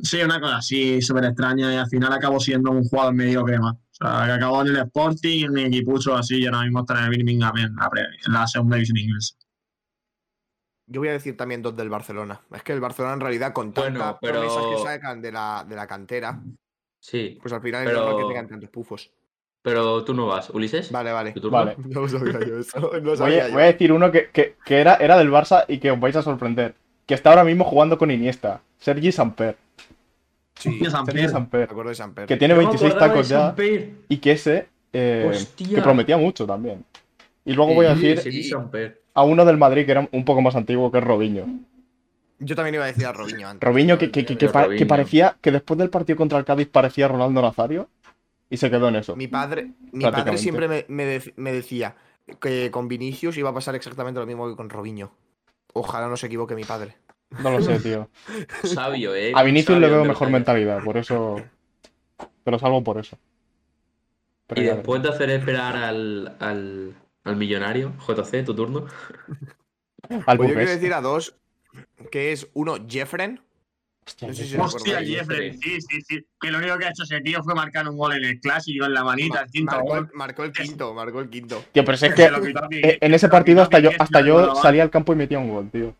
[SPEAKER 3] Sí, una cosa así, súper extraña, y al final acabó siendo un jugador medio crema. O sea, que acabó en el Sporting, en Equipucho, así, y ahora mismo está en el Birmingham, en la, pre- en la segunda división inglesa.
[SPEAKER 5] Yo voy a decir también dos del Barcelona. Es que el Barcelona en realidad con
[SPEAKER 4] Bueno,
[SPEAKER 5] tantas
[SPEAKER 4] pero-
[SPEAKER 5] promesas que sacan de la, de la cantera,
[SPEAKER 4] Sí,
[SPEAKER 5] pues al final
[SPEAKER 4] Pero-
[SPEAKER 5] es normal que tengan tantos pufos.
[SPEAKER 4] pero tú no vas. ¿Ulises?
[SPEAKER 5] Vale, vale.
[SPEAKER 4] ¿Tu turno?
[SPEAKER 2] Vale.
[SPEAKER 5] No sabía yo eso. No
[SPEAKER 2] Voy
[SPEAKER 5] sabía
[SPEAKER 2] a,
[SPEAKER 5] yo.
[SPEAKER 2] voy a decir uno que, que- que era, era del Barça y que os vais a sorprender. Que está ahora mismo jugando con Iniesta. Sergi Samper.
[SPEAKER 5] Sí,
[SPEAKER 3] Y a
[SPEAKER 5] me
[SPEAKER 3] San
[SPEAKER 2] Sergi
[SPEAKER 3] Pedro.
[SPEAKER 2] Samper.
[SPEAKER 5] acuerdo de Samper.
[SPEAKER 2] Que tiene
[SPEAKER 4] No me
[SPEAKER 2] 26
[SPEAKER 4] acordaba de
[SPEAKER 2] tacos ya.
[SPEAKER 4] Samper.
[SPEAKER 2] Y que ese. eh,
[SPEAKER 4] Hostia.
[SPEAKER 2] que prometía mucho también. Y luego voy a
[SPEAKER 4] Sí,
[SPEAKER 2] decir
[SPEAKER 4] sí, sí, Samper.
[SPEAKER 2] a uno del Madrid que era un poco más antiguo que es Robinho.
[SPEAKER 5] Yo también iba a decir a Robinho antes.
[SPEAKER 2] Robinho que, que- que- que pa- que
[SPEAKER 4] Robinho.
[SPEAKER 2] parecía que después del partido contra el Cádiz parecía Ronaldo Nazario y se quedó en eso.
[SPEAKER 5] Mi padre, mi padre
[SPEAKER 2] Prácticamente.
[SPEAKER 5] siempre me, me dec- me decía que con Vinicius iba a pasar exactamente lo mismo que con Robinho. Ojalá no se equivoque mi padre.
[SPEAKER 2] No lo sé, tío.
[SPEAKER 4] Sabio, eh.
[SPEAKER 2] A Vinicius le
[SPEAKER 4] Sabio
[SPEAKER 2] veo
[SPEAKER 4] de
[SPEAKER 2] mejor
[SPEAKER 4] batalla.
[SPEAKER 2] mentalidad, por eso. Te lo salvo por eso. Pero
[SPEAKER 4] Y
[SPEAKER 2] ya
[SPEAKER 4] después de hacer esperar al, al, al millonario, JC, tu turno.
[SPEAKER 2] veremos. Al
[SPEAKER 5] Pues
[SPEAKER 2] Burgess.
[SPEAKER 5] yo quiero decir a dos, que es uno, Jeffren.
[SPEAKER 2] Hostia,
[SPEAKER 5] no sé si
[SPEAKER 2] Burgess.
[SPEAKER 5] se
[SPEAKER 3] Hostia, Jeffrey, sí, sí, sí. Que lo único que ha hecho ese tío fue marcar un gol en el clásico, en la manita, el quinto
[SPEAKER 5] Marcó el,
[SPEAKER 3] gol.
[SPEAKER 5] marcó el quinto, marcó el quinto.
[SPEAKER 2] Tío, pero si es
[SPEAKER 3] Se
[SPEAKER 2] que
[SPEAKER 3] lo quitó a Miguel,
[SPEAKER 2] eh, en
[SPEAKER 3] se
[SPEAKER 2] ese
[SPEAKER 3] lo
[SPEAKER 2] partido
[SPEAKER 3] quitó a
[SPEAKER 2] hasta yo,
[SPEAKER 3] Miguel,
[SPEAKER 2] hasta
[SPEAKER 3] se lo
[SPEAKER 2] yo
[SPEAKER 3] robó.
[SPEAKER 2] salía al campo y metía un gol, tío.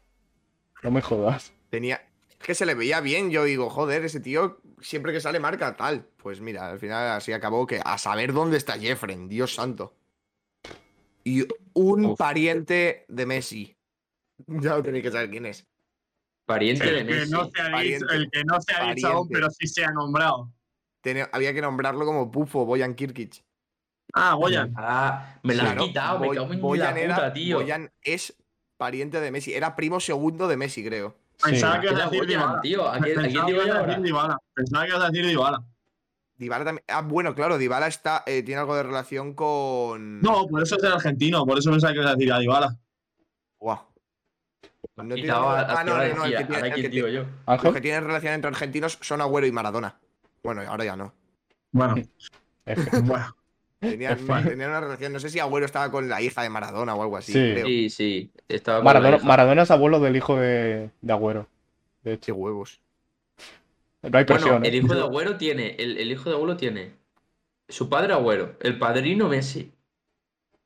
[SPEAKER 2] No me jodas.
[SPEAKER 5] Tenía. Es que se le veía bien, yo digo, joder, ese tío siempre que sale marca tal. Pues mira, al final así acabó que a saber dónde está Jeffren, Dios santo. Y un
[SPEAKER 4] Uf.
[SPEAKER 5] pariente de Messi. Ya lo tenéis que saber quién es.
[SPEAKER 4] Pariente de
[SPEAKER 3] El que
[SPEAKER 4] Messi.
[SPEAKER 3] no se ha dicho,
[SPEAKER 5] pariente,
[SPEAKER 3] el que no se ha dicho aún,
[SPEAKER 5] pariente.
[SPEAKER 3] pero sí se ha nombrado.
[SPEAKER 5] Tenía- había que nombrarlo como Pufo, Boyan Kirkic.
[SPEAKER 3] Ah, Boyan.
[SPEAKER 4] Ah, me la has
[SPEAKER 5] Claro,
[SPEAKER 4] quitado, me
[SPEAKER 5] Boy-
[SPEAKER 4] cago en la
[SPEAKER 5] Boyan era-
[SPEAKER 4] puta, tío.
[SPEAKER 5] Boyan es pariente de Messi. Era primo segundo de Messi, creo.
[SPEAKER 2] Sí.
[SPEAKER 3] Pensaba que
[SPEAKER 4] ¿Quién
[SPEAKER 3] ibas
[SPEAKER 4] la
[SPEAKER 3] a decir
[SPEAKER 4] Boyan,
[SPEAKER 3] Dybala.
[SPEAKER 4] tío? ¿A quién, a quién
[SPEAKER 3] Pensaba que
[SPEAKER 4] digo yo
[SPEAKER 3] ibas a
[SPEAKER 4] ahora?
[SPEAKER 3] decir Dybala. Pensaba que ibas a decir Dybala.
[SPEAKER 5] Dybala también. Ah, bueno, claro, Dybala está, eh, tiene algo de relación con.
[SPEAKER 3] No, por eso es el argentino, por eso pensaba que ibas a decir a Dybala.
[SPEAKER 5] Guau.
[SPEAKER 4] Me has
[SPEAKER 5] No tiene
[SPEAKER 4] quitado a-
[SPEAKER 5] nada-
[SPEAKER 4] a- te iba
[SPEAKER 5] Ah, no,
[SPEAKER 4] a
[SPEAKER 5] no, no, el
[SPEAKER 4] decir,
[SPEAKER 5] que tiene-
[SPEAKER 4] ahora
[SPEAKER 5] el
[SPEAKER 4] quién
[SPEAKER 5] que
[SPEAKER 4] digo yo.
[SPEAKER 5] tiene- Los
[SPEAKER 2] Ángel,
[SPEAKER 5] que tienen relación entre argentinos son Agüero y Maradona. Bueno, ahora ya no.
[SPEAKER 3] Bueno,
[SPEAKER 2] F.
[SPEAKER 3] bueno.
[SPEAKER 5] Tenían,
[SPEAKER 2] F.
[SPEAKER 5] tenían una relación. No sé si Agüero estaba con la hija de Maradona o algo así,
[SPEAKER 2] Sí.
[SPEAKER 5] creo.
[SPEAKER 4] Sí, sí. Estaba con
[SPEAKER 2] Maradona,
[SPEAKER 4] la hija.
[SPEAKER 2] Maradona es abuelo del hijo de, de Agüero. De
[SPEAKER 5] Qué
[SPEAKER 2] hecho,
[SPEAKER 5] huevos.
[SPEAKER 2] no hay presión.
[SPEAKER 4] Bueno,
[SPEAKER 2] ¿eh?
[SPEAKER 4] el hijo de Agüero tiene, el, el hijo de Agüero tiene su padre Agüero, el padrino Messi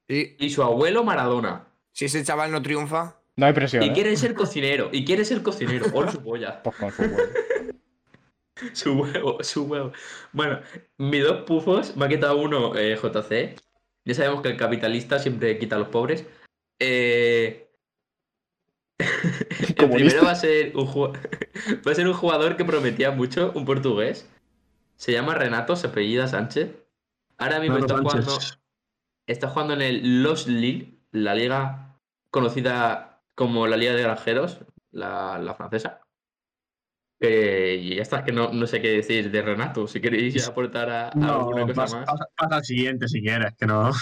[SPEAKER 5] Y
[SPEAKER 4] y su abuelo Maradona.
[SPEAKER 5] si ese chaval no triunfa,
[SPEAKER 2] No hay presión.
[SPEAKER 4] Y
[SPEAKER 2] ¿eh?
[SPEAKER 4] quiere ser cocinero, y quiere ser cocinero, por su polla.
[SPEAKER 2] Por favor.
[SPEAKER 4] Su huevo, su huevo. Bueno, mis dos pufos, me ha quitado uno eh, JC. Ya sabemos que el capitalista siempre quita a los pobres. Eh, el
[SPEAKER 2] Comunista.
[SPEAKER 4] primero va a, ser un ju- va a ser un jugador que prometía mucho, un portugués. Se llama Renato, se apellida Sánchez. Ahora mismo
[SPEAKER 3] Renato
[SPEAKER 4] está jugando,
[SPEAKER 3] Sánchez.
[SPEAKER 4] está jugando en el Los Lille, la liga conocida como la Liga de Granjeros, la, la francesa. Eh, y ya está, que no, no sé qué decir de Renato. Si queréis aportar a, a
[SPEAKER 3] No,
[SPEAKER 4] alguna cosa
[SPEAKER 3] pasa,
[SPEAKER 4] más.
[SPEAKER 3] pasa- pasa al siguiente si quieres, que no.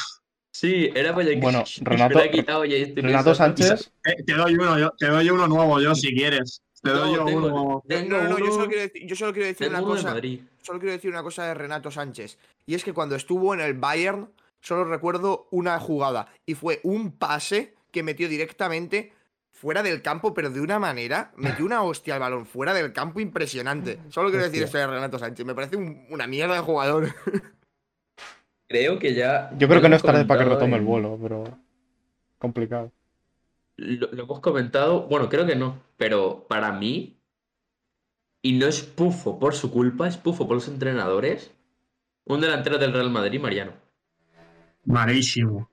[SPEAKER 4] Sí, era para
[SPEAKER 2] Bueno,
[SPEAKER 4] me la
[SPEAKER 2] Renato-
[SPEAKER 4] he quitado y ahí estoy
[SPEAKER 2] Renato
[SPEAKER 4] pensando.
[SPEAKER 2] Sánchez,
[SPEAKER 3] Eh, te doy uno, yo, te doy uno nuevo yo si quieres. Te doy yo
[SPEAKER 4] No, tengo-
[SPEAKER 3] uno.
[SPEAKER 5] No,
[SPEAKER 4] tengo
[SPEAKER 5] no, no, yo
[SPEAKER 4] uno-
[SPEAKER 5] solo quiero, dec- yo solo quiero decir
[SPEAKER 4] tengo
[SPEAKER 5] una
[SPEAKER 4] uno de
[SPEAKER 5] cosa.
[SPEAKER 4] Madrid.
[SPEAKER 5] Solo quiero decir una cosa de Renato Sánchez. Y es que cuando estuvo en el Bayern, solo recuerdo una jugada. Y fue un pase que metió directamente fuera del campo, pero de una manera. Metió una hostia al balón fuera del campo impresionante. Solo quiero decir esto
[SPEAKER 2] Hostia.
[SPEAKER 5] de Renato Sánchez. Me parece un- una mierda de jugador.
[SPEAKER 4] Creo que ya.
[SPEAKER 2] Yo creo que no
[SPEAKER 4] lo
[SPEAKER 2] es tarde para que
[SPEAKER 4] comentado
[SPEAKER 2] retome el
[SPEAKER 4] en-
[SPEAKER 2] vuelo, pero. Complicado.
[SPEAKER 4] Lo, lo hemos comentado, bueno, creo que no, pero para mí, y no es pufo por su culpa, es pufo por los entrenadores, un delantero del Real Madrid, Mariano.
[SPEAKER 3] Malísimo.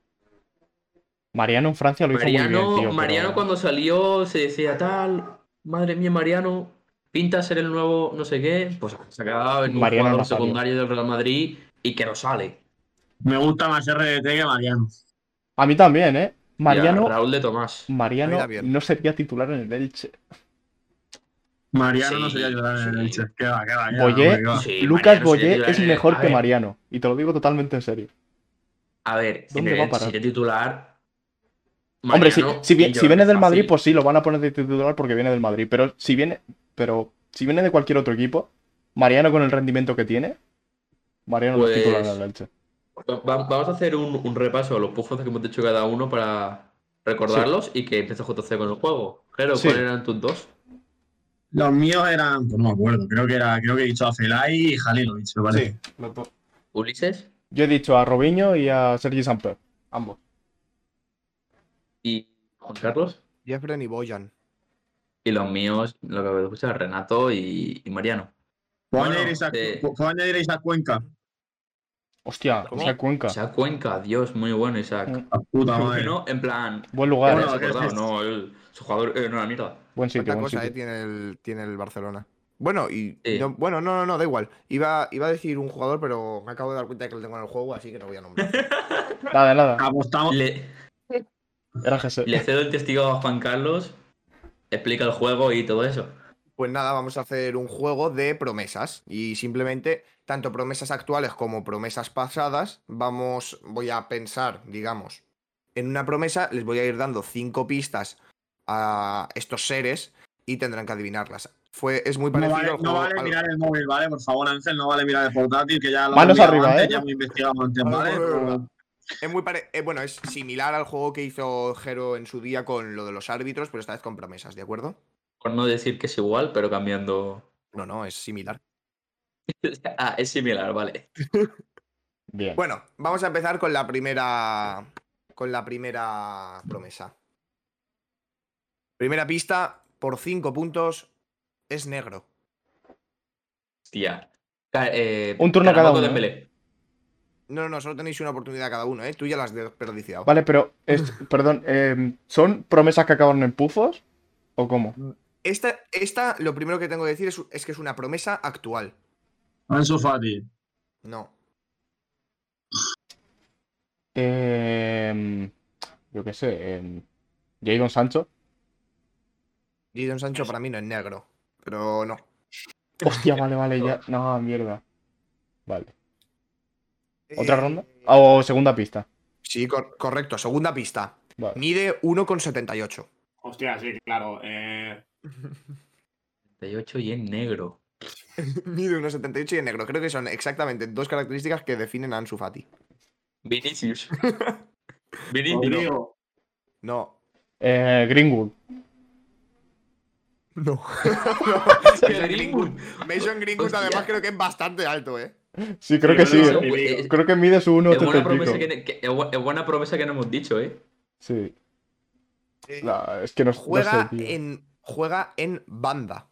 [SPEAKER 2] Mariano en Francia lo hizo muy
[SPEAKER 4] Mariano,
[SPEAKER 2] bien, tío.
[SPEAKER 4] Mariano
[SPEAKER 2] pero-
[SPEAKER 4] cuando salió se decía tal, madre mía, Mariano, pinta ser el nuevo no sé qué, pues se ha quedado en un
[SPEAKER 2] Mariano
[SPEAKER 4] jugador
[SPEAKER 2] Nazario.
[SPEAKER 4] secundario del Real Madrid y que no sale.
[SPEAKER 3] Me gusta más RDT que Mariano.
[SPEAKER 2] A mí también, ¿eh?
[SPEAKER 4] Y a
[SPEAKER 2] Mariano,
[SPEAKER 4] Raúl de Tomás.
[SPEAKER 2] Mariano
[SPEAKER 5] A mí también.
[SPEAKER 2] no sería titular en el Elche.
[SPEAKER 3] Mariano no
[SPEAKER 4] Sí,
[SPEAKER 3] sería ayudar en el
[SPEAKER 4] sí.
[SPEAKER 3] Elche. Qué va, qué va, qué va,
[SPEAKER 2] Boyé,
[SPEAKER 3] hombre, qué va.
[SPEAKER 4] Sí,
[SPEAKER 2] Lucas
[SPEAKER 4] Mariano sería
[SPEAKER 2] Boyé
[SPEAKER 4] titular
[SPEAKER 2] es
[SPEAKER 4] en el-
[SPEAKER 2] mejor
[SPEAKER 4] a
[SPEAKER 2] que
[SPEAKER 4] ver,
[SPEAKER 2] Mariano. Y te lo digo totalmente en serio.
[SPEAKER 4] A ver, en
[SPEAKER 2] ¿Dónde
[SPEAKER 4] el
[SPEAKER 2] va a
[SPEAKER 4] Elche
[SPEAKER 2] parar?
[SPEAKER 4] sería titular.
[SPEAKER 2] Hombre, si,
[SPEAKER 4] Mariano
[SPEAKER 2] si, vi-
[SPEAKER 4] y
[SPEAKER 2] si
[SPEAKER 4] Jordi Ah,
[SPEAKER 2] viene del
[SPEAKER 4] Fácil.
[SPEAKER 2] Madrid, pues sí, lo van a poner de titular porque viene del Madrid. Pero si viene, pero si viene de cualquier otro equipo, Mariano con el rendimiento que tiene, Mariano no es
[SPEAKER 4] Pues-
[SPEAKER 2] titular en el Elche.
[SPEAKER 4] Va- va- Vamos a hacer un, un repaso a los pujos que hemos hecho cada uno para recordarlos y que empiece JC con el juego. Claro,
[SPEAKER 2] Sí.
[SPEAKER 4] ¿cuáles eran tus dos?
[SPEAKER 3] Los míos eran, pues no me acuerdo, creo que era, creo que he dicho a Felay y Jalilovic, me parece.
[SPEAKER 4] Ulises
[SPEAKER 2] Yo he dicho a Robinho y a Sergi Samper, ambos.
[SPEAKER 4] y Juan Carlos.
[SPEAKER 5] Jeffrey y Boyan.
[SPEAKER 4] Y los míos, lo que acabo de escuchar, Renato y, y Mariano.
[SPEAKER 3] ¿Puedo,
[SPEAKER 4] Bueno,
[SPEAKER 3] añadir Isaac-
[SPEAKER 4] eh,
[SPEAKER 3] ¿Puedo añadir a Isaac Cuenca?
[SPEAKER 2] Hostia,
[SPEAKER 4] ¿Cómo?
[SPEAKER 2] Isaac Cuenca.
[SPEAKER 4] Isaac Cuenca, Dios, muy bueno Isaac.
[SPEAKER 2] Mm.
[SPEAKER 3] La puta
[SPEAKER 4] Pero que
[SPEAKER 3] madre.
[SPEAKER 4] no, en plan,
[SPEAKER 2] Buen lugar,
[SPEAKER 4] ¿le
[SPEAKER 3] Bueno,
[SPEAKER 2] eh.
[SPEAKER 4] has
[SPEAKER 3] que
[SPEAKER 4] acordado?
[SPEAKER 3] Ah, es-
[SPEAKER 4] no, el, su jugador era una mierda.
[SPEAKER 2] buen sitio,
[SPEAKER 5] Cuánta
[SPEAKER 2] buen
[SPEAKER 5] cosa eh,
[SPEAKER 2] sitio.
[SPEAKER 5] tiene, el, tiene el Barcelona. Bueno, y
[SPEAKER 4] Sí.
[SPEAKER 5] no- bueno, no, no, no, da igual. Iba, iba a decir un jugador, pero me acabo de dar cuenta de que lo tengo en el juego, así que no voy a nombrar.
[SPEAKER 2] Nada, nada.
[SPEAKER 3] Apostamos.
[SPEAKER 4] Le,
[SPEAKER 2] Era Jesse.
[SPEAKER 4] le cedo el testigo a Juan Carlos, explica el juego y todo eso.
[SPEAKER 5] Pues nada, vamos a hacer un juego de promesas y simplemente tanto promesas actuales como promesas pasadas, vamos, voy a pensar, digamos, en una promesa, les voy a ir dando cinco pistas a estos seres y tendrán que adivinarlas. Fue, es muy
[SPEAKER 3] No
[SPEAKER 5] parecido
[SPEAKER 3] vale,
[SPEAKER 5] al
[SPEAKER 3] no
[SPEAKER 5] juego-
[SPEAKER 3] vale
[SPEAKER 5] al-
[SPEAKER 3] mirar el móvil, ¿vale? Por favor, Ángel, no vale mirar el portátil, que ya lo
[SPEAKER 2] Manos
[SPEAKER 3] hemos mirado
[SPEAKER 2] arriba,
[SPEAKER 3] antes,
[SPEAKER 2] ¿eh?
[SPEAKER 3] Ya hemos investigado antes,
[SPEAKER 5] Manos
[SPEAKER 3] ¿vale?
[SPEAKER 5] arriba.
[SPEAKER 3] Pero-
[SPEAKER 5] Es muy pare- eh, bueno, es similar al juego que hizo Jero en su día con lo de los árbitros, pero esta vez con promesas, ¿de acuerdo?
[SPEAKER 4] Por no decir que es igual, pero cambiando.
[SPEAKER 5] No, no, es similar.
[SPEAKER 4] Ah, es similar, vale.
[SPEAKER 2] Bien.
[SPEAKER 5] Bueno, vamos a empezar con la primera. Con la primera promesa. Primera pista, por 5 puntos, es negro.
[SPEAKER 4] Hostia. Ca- eh,
[SPEAKER 2] Un turno cada
[SPEAKER 4] Caramaco
[SPEAKER 2] uno,
[SPEAKER 4] Dembélé.
[SPEAKER 5] No, no, no, solo tenéis una oportunidad cada uno, ¿eh? Tú ya las has desperdiciado.
[SPEAKER 2] Vale, pero, es- perdón, eh, ¿son promesas que acabaron en pufos? ¿O cómo?
[SPEAKER 5] Esta, esta, lo primero que tengo que decir es, es que es una promesa actual.
[SPEAKER 3] Ansu Fati.
[SPEAKER 5] No.
[SPEAKER 2] Eh, yo qué sé. Eh, Jadon Sancho.
[SPEAKER 5] Jadon Sancho para mí no es negro. Pero no.
[SPEAKER 2] Hostia, vale, vale, ya. No, mierda. Vale. ¿Otra
[SPEAKER 5] Eh,
[SPEAKER 2] ronda? Ah, O segunda pista.
[SPEAKER 5] Sí, cor- correcto. Segunda pista.
[SPEAKER 2] Vale.
[SPEAKER 5] Mide 1,78.
[SPEAKER 1] Hostia, sí, claro. Eh,
[SPEAKER 4] 38 y en negro.
[SPEAKER 5] Mide 1,78 y es negro. Creo que son exactamente dos características que definen a Ansu Fati.
[SPEAKER 4] Vinicius. Vinicius. no.
[SPEAKER 1] Rodrigo.
[SPEAKER 5] No.
[SPEAKER 2] Eh, Greenwood.
[SPEAKER 5] No.
[SPEAKER 4] Greenwood.
[SPEAKER 5] Mason Greenwood. Mason Greenwood,
[SPEAKER 4] Hostia.
[SPEAKER 5] además, creo que es bastante alto, ¿eh?
[SPEAKER 2] Sí, creo que sí.
[SPEAKER 1] Pero no
[SPEAKER 4] Es,
[SPEAKER 2] eh.
[SPEAKER 1] sé.
[SPEAKER 4] bu- es-
[SPEAKER 2] Creo que mide su uno este
[SPEAKER 4] es buena promesa
[SPEAKER 2] pico.
[SPEAKER 4] que, que- es bu- es buena promesa que no hemos dicho, ¿eh?
[SPEAKER 2] Sí.
[SPEAKER 5] Eh,
[SPEAKER 2] No, es que no, no sé,
[SPEAKER 5] juega,
[SPEAKER 2] tío.
[SPEAKER 5] en, juega en banda.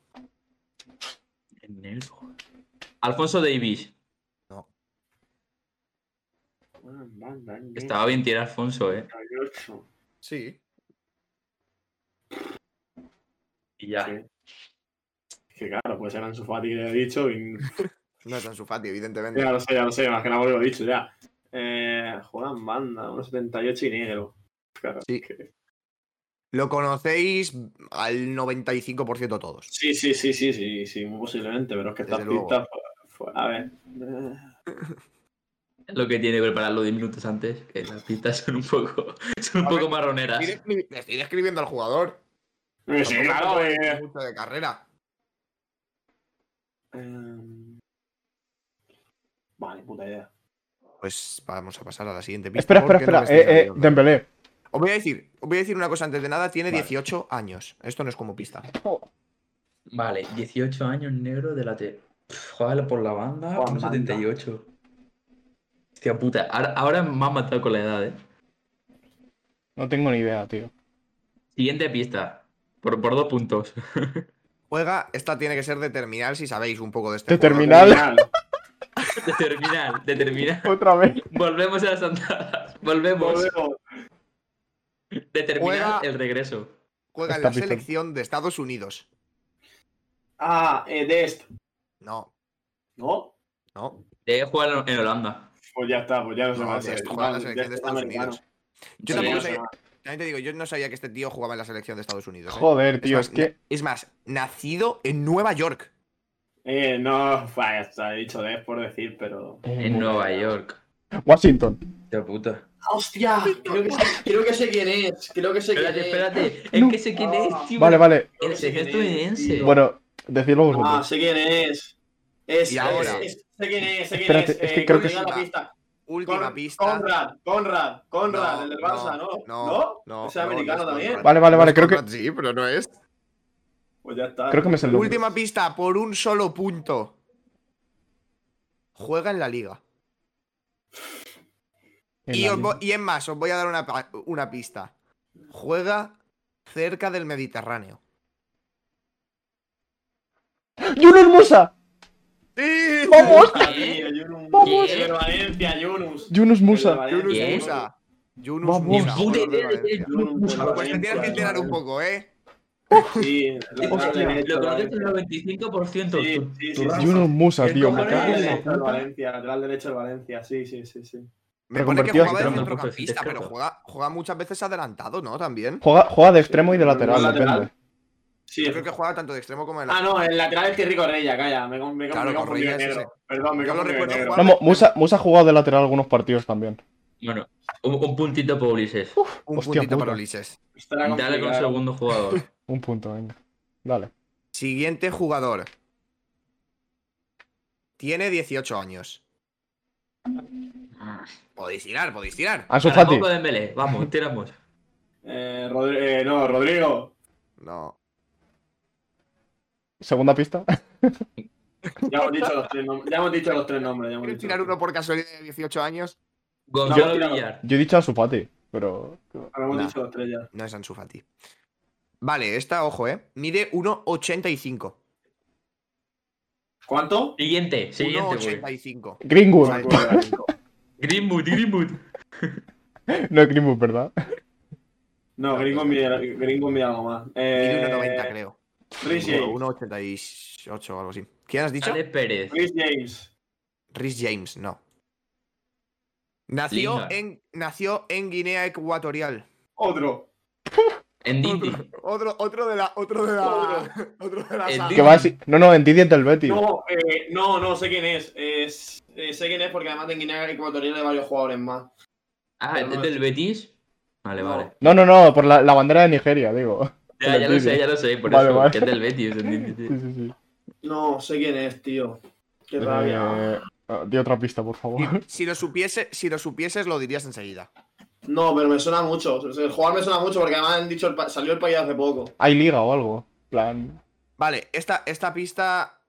[SPEAKER 4] En negro. Alfonso Davis. Estaba bien tirar Alfonso, ¿eh?
[SPEAKER 1] 38.
[SPEAKER 5] Sí.
[SPEAKER 4] Y ya.
[SPEAKER 1] Sí. Que claro, pues eran su fati, ya he dicho. y-
[SPEAKER 5] No es Ansu Fati, evidentemente.
[SPEAKER 1] Ya lo sé, ya lo sé, más que nada lo he dicho ya. Eh, juegan banda, 1.78 y negro. Claro,
[SPEAKER 5] Sí.
[SPEAKER 1] que-
[SPEAKER 5] Lo conocéis al 95% todos.
[SPEAKER 1] sí, sí, sí, sí, sí, sí, muy posiblemente, pero es que estas
[SPEAKER 5] Desde luego.
[SPEAKER 1] pistas. pues, a ver. eh,
[SPEAKER 4] Es Lo que tiene que prepararlo 10 minutos antes, que las pistas son un poco, son un
[SPEAKER 5] A ver,
[SPEAKER 4] poco marroneras.
[SPEAKER 5] Estoy descri- estoy describiendo al jugador.
[SPEAKER 2] Pues
[SPEAKER 3] Sí,
[SPEAKER 5] Tampoco
[SPEAKER 3] claro,
[SPEAKER 5] puede
[SPEAKER 3] eh.
[SPEAKER 1] pues,
[SPEAKER 5] ser mucho de carrera.
[SPEAKER 3] Em, Vale, puta idea.
[SPEAKER 5] Pues vamos a pasar a la siguiente pista.
[SPEAKER 2] Espera, espera,
[SPEAKER 5] porque
[SPEAKER 2] espera.
[SPEAKER 5] no me estoy
[SPEAKER 2] Eh, eh,
[SPEAKER 5] saliendo.
[SPEAKER 2] Dembélé.
[SPEAKER 5] Os voy a decir, os voy a decir una cosa antes de nada, tiene
[SPEAKER 2] Vale.
[SPEAKER 5] 18 años. Esto no es como pista.
[SPEAKER 4] Vale, 18 años negro de la T. Joder, por la banda,
[SPEAKER 3] Por la
[SPEAKER 4] un
[SPEAKER 3] banda.
[SPEAKER 4] 78. Hostia puta, ahora, ahora me has matado con la edad, eh.
[SPEAKER 2] No tengo ni idea, tío.
[SPEAKER 4] Siguiente pista. Por, por dos puntos.
[SPEAKER 5] Juega, esta tiene que ser de terminal si sabéis un poco de este
[SPEAKER 2] De
[SPEAKER 5] juego.
[SPEAKER 2] terminal. Dale.
[SPEAKER 3] Genial.
[SPEAKER 4] De terminal, de terminal.
[SPEAKER 2] Otra vez.
[SPEAKER 4] Volvemos a las andadas. Volvemos.
[SPEAKER 3] Volvemos.
[SPEAKER 4] De terminal,
[SPEAKER 5] Juega-
[SPEAKER 4] el regreso.
[SPEAKER 5] Juega en
[SPEAKER 2] Está
[SPEAKER 5] la
[SPEAKER 2] pistón.
[SPEAKER 5] selección de Estados Unidos.
[SPEAKER 3] Ah, eh, Dest.
[SPEAKER 5] No,
[SPEAKER 3] No,
[SPEAKER 5] no.
[SPEAKER 4] De jugar en Holanda.
[SPEAKER 3] pues ya está, pues ya no se
[SPEAKER 5] No,
[SPEAKER 3] va a
[SPEAKER 5] Dest
[SPEAKER 3] hacer.
[SPEAKER 5] juega en la
[SPEAKER 3] Dest
[SPEAKER 5] selección de
[SPEAKER 3] es
[SPEAKER 5] Estados
[SPEAKER 3] americano.
[SPEAKER 5] Unidos. Yo
[SPEAKER 4] Sí,
[SPEAKER 5] tampoco
[SPEAKER 4] no
[SPEAKER 5] sé-
[SPEAKER 3] sé.
[SPEAKER 5] También te digo, yo no sabía que este tío jugaba en la selección de Estados Unidos. ¿eh?
[SPEAKER 2] Joder, tío,
[SPEAKER 5] más,
[SPEAKER 2] es que.
[SPEAKER 5] na- es más, nacido en Nueva York.
[SPEAKER 3] Eh, no, vaya, está dicho Dest por decir, pero.
[SPEAKER 4] En Nueva York.
[SPEAKER 2] Washington.
[SPEAKER 4] Hostia puta.
[SPEAKER 3] ¡Hostia!
[SPEAKER 6] Creo que, creo que sé quién es. Creo que sé quién
[SPEAKER 4] Espérate,
[SPEAKER 6] es.
[SPEAKER 4] espérate.
[SPEAKER 2] Ah, No.
[SPEAKER 4] Es que sé quién es, tío.
[SPEAKER 2] Vale, vale.
[SPEAKER 4] Es- Es estadounidense.
[SPEAKER 2] Bueno, decidlo
[SPEAKER 3] Ah,
[SPEAKER 2] vosotros.
[SPEAKER 3] sé quién es. Es,
[SPEAKER 5] Y
[SPEAKER 3] es-
[SPEAKER 5] ahora.
[SPEAKER 3] es- sé quién es, sé quién
[SPEAKER 2] Espérate,
[SPEAKER 3] es.
[SPEAKER 2] es que creo que
[SPEAKER 3] ¿cómo se llama
[SPEAKER 5] es-
[SPEAKER 3] la pista?
[SPEAKER 5] Última
[SPEAKER 3] Con-
[SPEAKER 5] pista.
[SPEAKER 3] Conrad, Conrad, Conrad,
[SPEAKER 5] No,
[SPEAKER 3] el del Barça, ¿no?
[SPEAKER 5] No,
[SPEAKER 3] ¿No?
[SPEAKER 5] no,
[SPEAKER 3] Ese es
[SPEAKER 5] no,
[SPEAKER 3] americano
[SPEAKER 5] no es
[SPEAKER 3] también.
[SPEAKER 5] Conrad.
[SPEAKER 2] Vale, vale, vale.
[SPEAKER 5] Pues
[SPEAKER 2] Creo que,
[SPEAKER 5] Conrad Sí, pero no es.
[SPEAKER 3] Pues ya está.
[SPEAKER 2] creo que me es el nombre.
[SPEAKER 5] Última pista por un solo punto. Juega en la liga.
[SPEAKER 2] En
[SPEAKER 5] y,
[SPEAKER 2] la
[SPEAKER 5] os
[SPEAKER 2] vida.
[SPEAKER 5] vo- y es más, os voy a dar una, pa- una pista. Juega cerca del Mediterráneo.
[SPEAKER 2] ¡Juno Hermosa!
[SPEAKER 5] ¡Sí!
[SPEAKER 2] ¡Vamos!
[SPEAKER 3] Ahí, el Yunus.
[SPEAKER 2] Vamos.
[SPEAKER 3] El de Valencia, Yunus.
[SPEAKER 2] Yunus
[SPEAKER 3] El de
[SPEAKER 2] Musa.
[SPEAKER 3] Valencia,
[SPEAKER 5] Yunus
[SPEAKER 4] ¿Quién?
[SPEAKER 5] Musa. Yunus
[SPEAKER 2] Vamos.
[SPEAKER 4] Ni
[SPEAKER 5] Musa,
[SPEAKER 4] puta
[SPEAKER 5] jugador de
[SPEAKER 4] idea de quién es
[SPEAKER 5] Valencia.
[SPEAKER 3] Yunus, el de
[SPEAKER 5] Pues te
[SPEAKER 3] Valencia,
[SPEAKER 5] tienes que enterar un
[SPEAKER 3] Yunus.
[SPEAKER 5] poco, ¿eh?
[SPEAKER 3] Sí,
[SPEAKER 4] Hostia,
[SPEAKER 3] lo que hace
[SPEAKER 4] Lo que haces es
[SPEAKER 3] el
[SPEAKER 4] el 95%.
[SPEAKER 3] Sí,
[SPEAKER 4] tú-
[SPEAKER 3] sí,
[SPEAKER 4] tú
[SPEAKER 3] sí,
[SPEAKER 4] raza.
[SPEAKER 3] sí.
[SPEAKER 2] Yunus Musa,
[SPEAKER 4] El
[SPEAKER 2] tío. Me
[SPEAKER 4] cojones
[SPEAKER 2] cago en
[SPEAKER 3] lateral
[SPEAKER 2] la
[SPEAKER 3] derecho del
[SPEAKER 2] puta.
[SPEAKER 3] Valencia, lateral derecho del Valencia, sí, sí, sí, sí.
[SPEAKER 5] Me pone que
[SPEAKER 2] Reconvertido
[SPEAKER 5] jugaba de
[SPEAKER 2] extremo.
[SPEAKER 5] centrocampista, pero
[SPEAKER 4] Izquierdo.
[SPEAKER 5] juega, juega muchas veces adelantado, ¿no? También.
[SPEAKER 2] Juega, juega de extremo y de lateral,
[SPEAKER 3] Lateral.
[SPEAKER 2] depende.
[SPEAKER 3] Sí,
[SPEAKER 5] Yo creo que juega tanto de extremo como de
[SPEAKER 3] Ah,
[SPEAKER 5] la.
[SPEAKER 3] no, el lateral es que Rico Reya, calla. Me, con- me, con-
[SPEAKER 5] Claro,
[SPEAKER 3] me
[SPEAKER 5] con
[SPEAKER 3] confundí de
[SPEAKER 5] Reya es
[SPEAKER 3] negro.
[SPEAKER 5] ese.
[SPEAKER 3] Perdón, me
[SPEAKER 5] Yo lo
[SPEAKER 3] confundí de
[SPEAKER 5] recuerdo
[SPEAKER 3] negro.
[SPEAKER 5] jugar-
[SPEAKER 2] No, Mu- Musa, Musa ha jugado de lateral algunos partidos también.
[SPEAKER 4] Bueno, un, un puntito por Ulises.
[SPEAKER 5] Un
[SPEAKER 2] Hostia
[SPEAKER 5] puntito
[SPEAKER 2] puta.
[SPEAKER 5] para Ulises.
[SPEAKER 3] Estará
[SPEAKER 4] Dale con
[SPEAKER 3] complicado.
[SPEAKER 4] segundo jugador.
[SPEAKER 2] Un punto, venga. Dale.
[SPEAKER 5] Siguiente jugador. Tiene 18 años.
[SPEAKER 4] Ah,
[SPEAKER 5] Podéis tirar, podéis tirar.
[SPEAKER 2] Ansu
[SPEAKER 4] Para
[SPEAKER 2] Fati.
[SPEAKER 4] poco de Mbélé. Vamos, tiramos.
[SPEAKER 3] Eh, Rodri- eh, no, Rodrigo.
[SPEAKER 5] No.
[SPEAKER 2] Segunda pista.
[SPEAKER 3] Ya hemos dicho los tres nombres. Ya hemos dicho los tres nombres. Ya hemos
[SPEAKER 5] ¿Quieres
[SPEAKER 3] dicho
[SPEAKER 5] tirar
[SPEAKER 3] los
[SPEAKER 5] uno
[SPEAKER 3] tres.
[SPEAKER 5] por casualidad de 18 años?
[SPEAKER 4] Gonzalo
[SPEAKER 3] tíralo.
[SPEAKER 4] Villar.
[SPEAKER 2] Yo he dicho Ansu Fati, pero...
[SPEAKER 3] Ahora hemos
[SPEAKER 5] Nah.
[SPEAKER 3] dicho los tres ya.
[SPEAKER 5] No es Ansu Fati. Vale, esta, ojo, ¿eh? Mide 1,85.
[SPEAKER 3] ¿Cuánto?
[SPEAKER 4] Siguiente, siguiente. güey.
[SPEAKER 5] 1,85.
[SPEAKER 2] Greenwood.
[SPEAKER 5] Vale.
[SPEAKER 4] Greenwood, Greenwood.
[SPEAKER 2] No es Greenwood, ¿verdad?
[SPEAKER 3] No, Gringo mide, Gringo mide algo más.
[SPEAKER 5] Mide
[SPEAKER 3] Eh,
[SPEAKER 5] 1,90, creo.
[SPEAKER 3] Rhys
[SPEAKER 5] Bueno,
[SPEAKER 3] James.
[SPEAKER 5] 1,88 o algo así. ¿Quién has dicho?
[SPEAKER 4] Alex Pérez.
[SPEAKER 3] Rhys James.
[SPEAKER 5] Rhys James, no. Nació
[SPEAKER 4] Lingard.
[SPEAKER 5] en, nació en Guinea Ecuatorial.
[SPEAKER 3] Otro.
[SPEAKER 4] Ndidi.
[SPEAKER 5] Otro, otro de la. Otro de la. Otro de la
[SPEAKER 4] El
[SPEAKER 5] saga.
[SPEAKER 2] Que va así... No, no, en Didi es del Betis.
[SPEAKER 3] No, eh, no, no, sé quién es. Es- eh, sé quién es porque además de Guinea Ecuatorial hay varios jugadores más.
[SPEAKER 4] Ah, ¿es del Betis? Vale,
[SPEAKER 3] No.
[SPEAKER 4] vale.
[SPEAKER 2] No, no, no, por la, la bandera de Nigeria, digo.
[SPEAKER 4] Ya, ya lo
[SPEAKER 2] Ndidi.
[SPEAKER 4] sé, ya lo sé. Por
[SPEAKER 2] Vale,
[SPEAKER 4] eso,
[SPEAKER 2] vale.
[SPEAKER 4] que es del Betis. Ndidi, sí.
[SPEAKER 2] Sí, sí, sí.
[SPEAKER 3] No, sé quién es, tío. Qué rabia.
[SPEAKER 2] Eh, ah, di otra pista, por favor.
[SPEAKER 5] Si lo, supiese, si lo supieses, lo dirías enseguida.
[SPEAKER 3] No, pero me suena mucho. O sea, El jugador me suena mucho porque además han dicho el pa- salió el país hace poco.
[SPEAKER 2] Hay liga o algo. plan...
[SPEAKER 5] Vale, esta, esta pista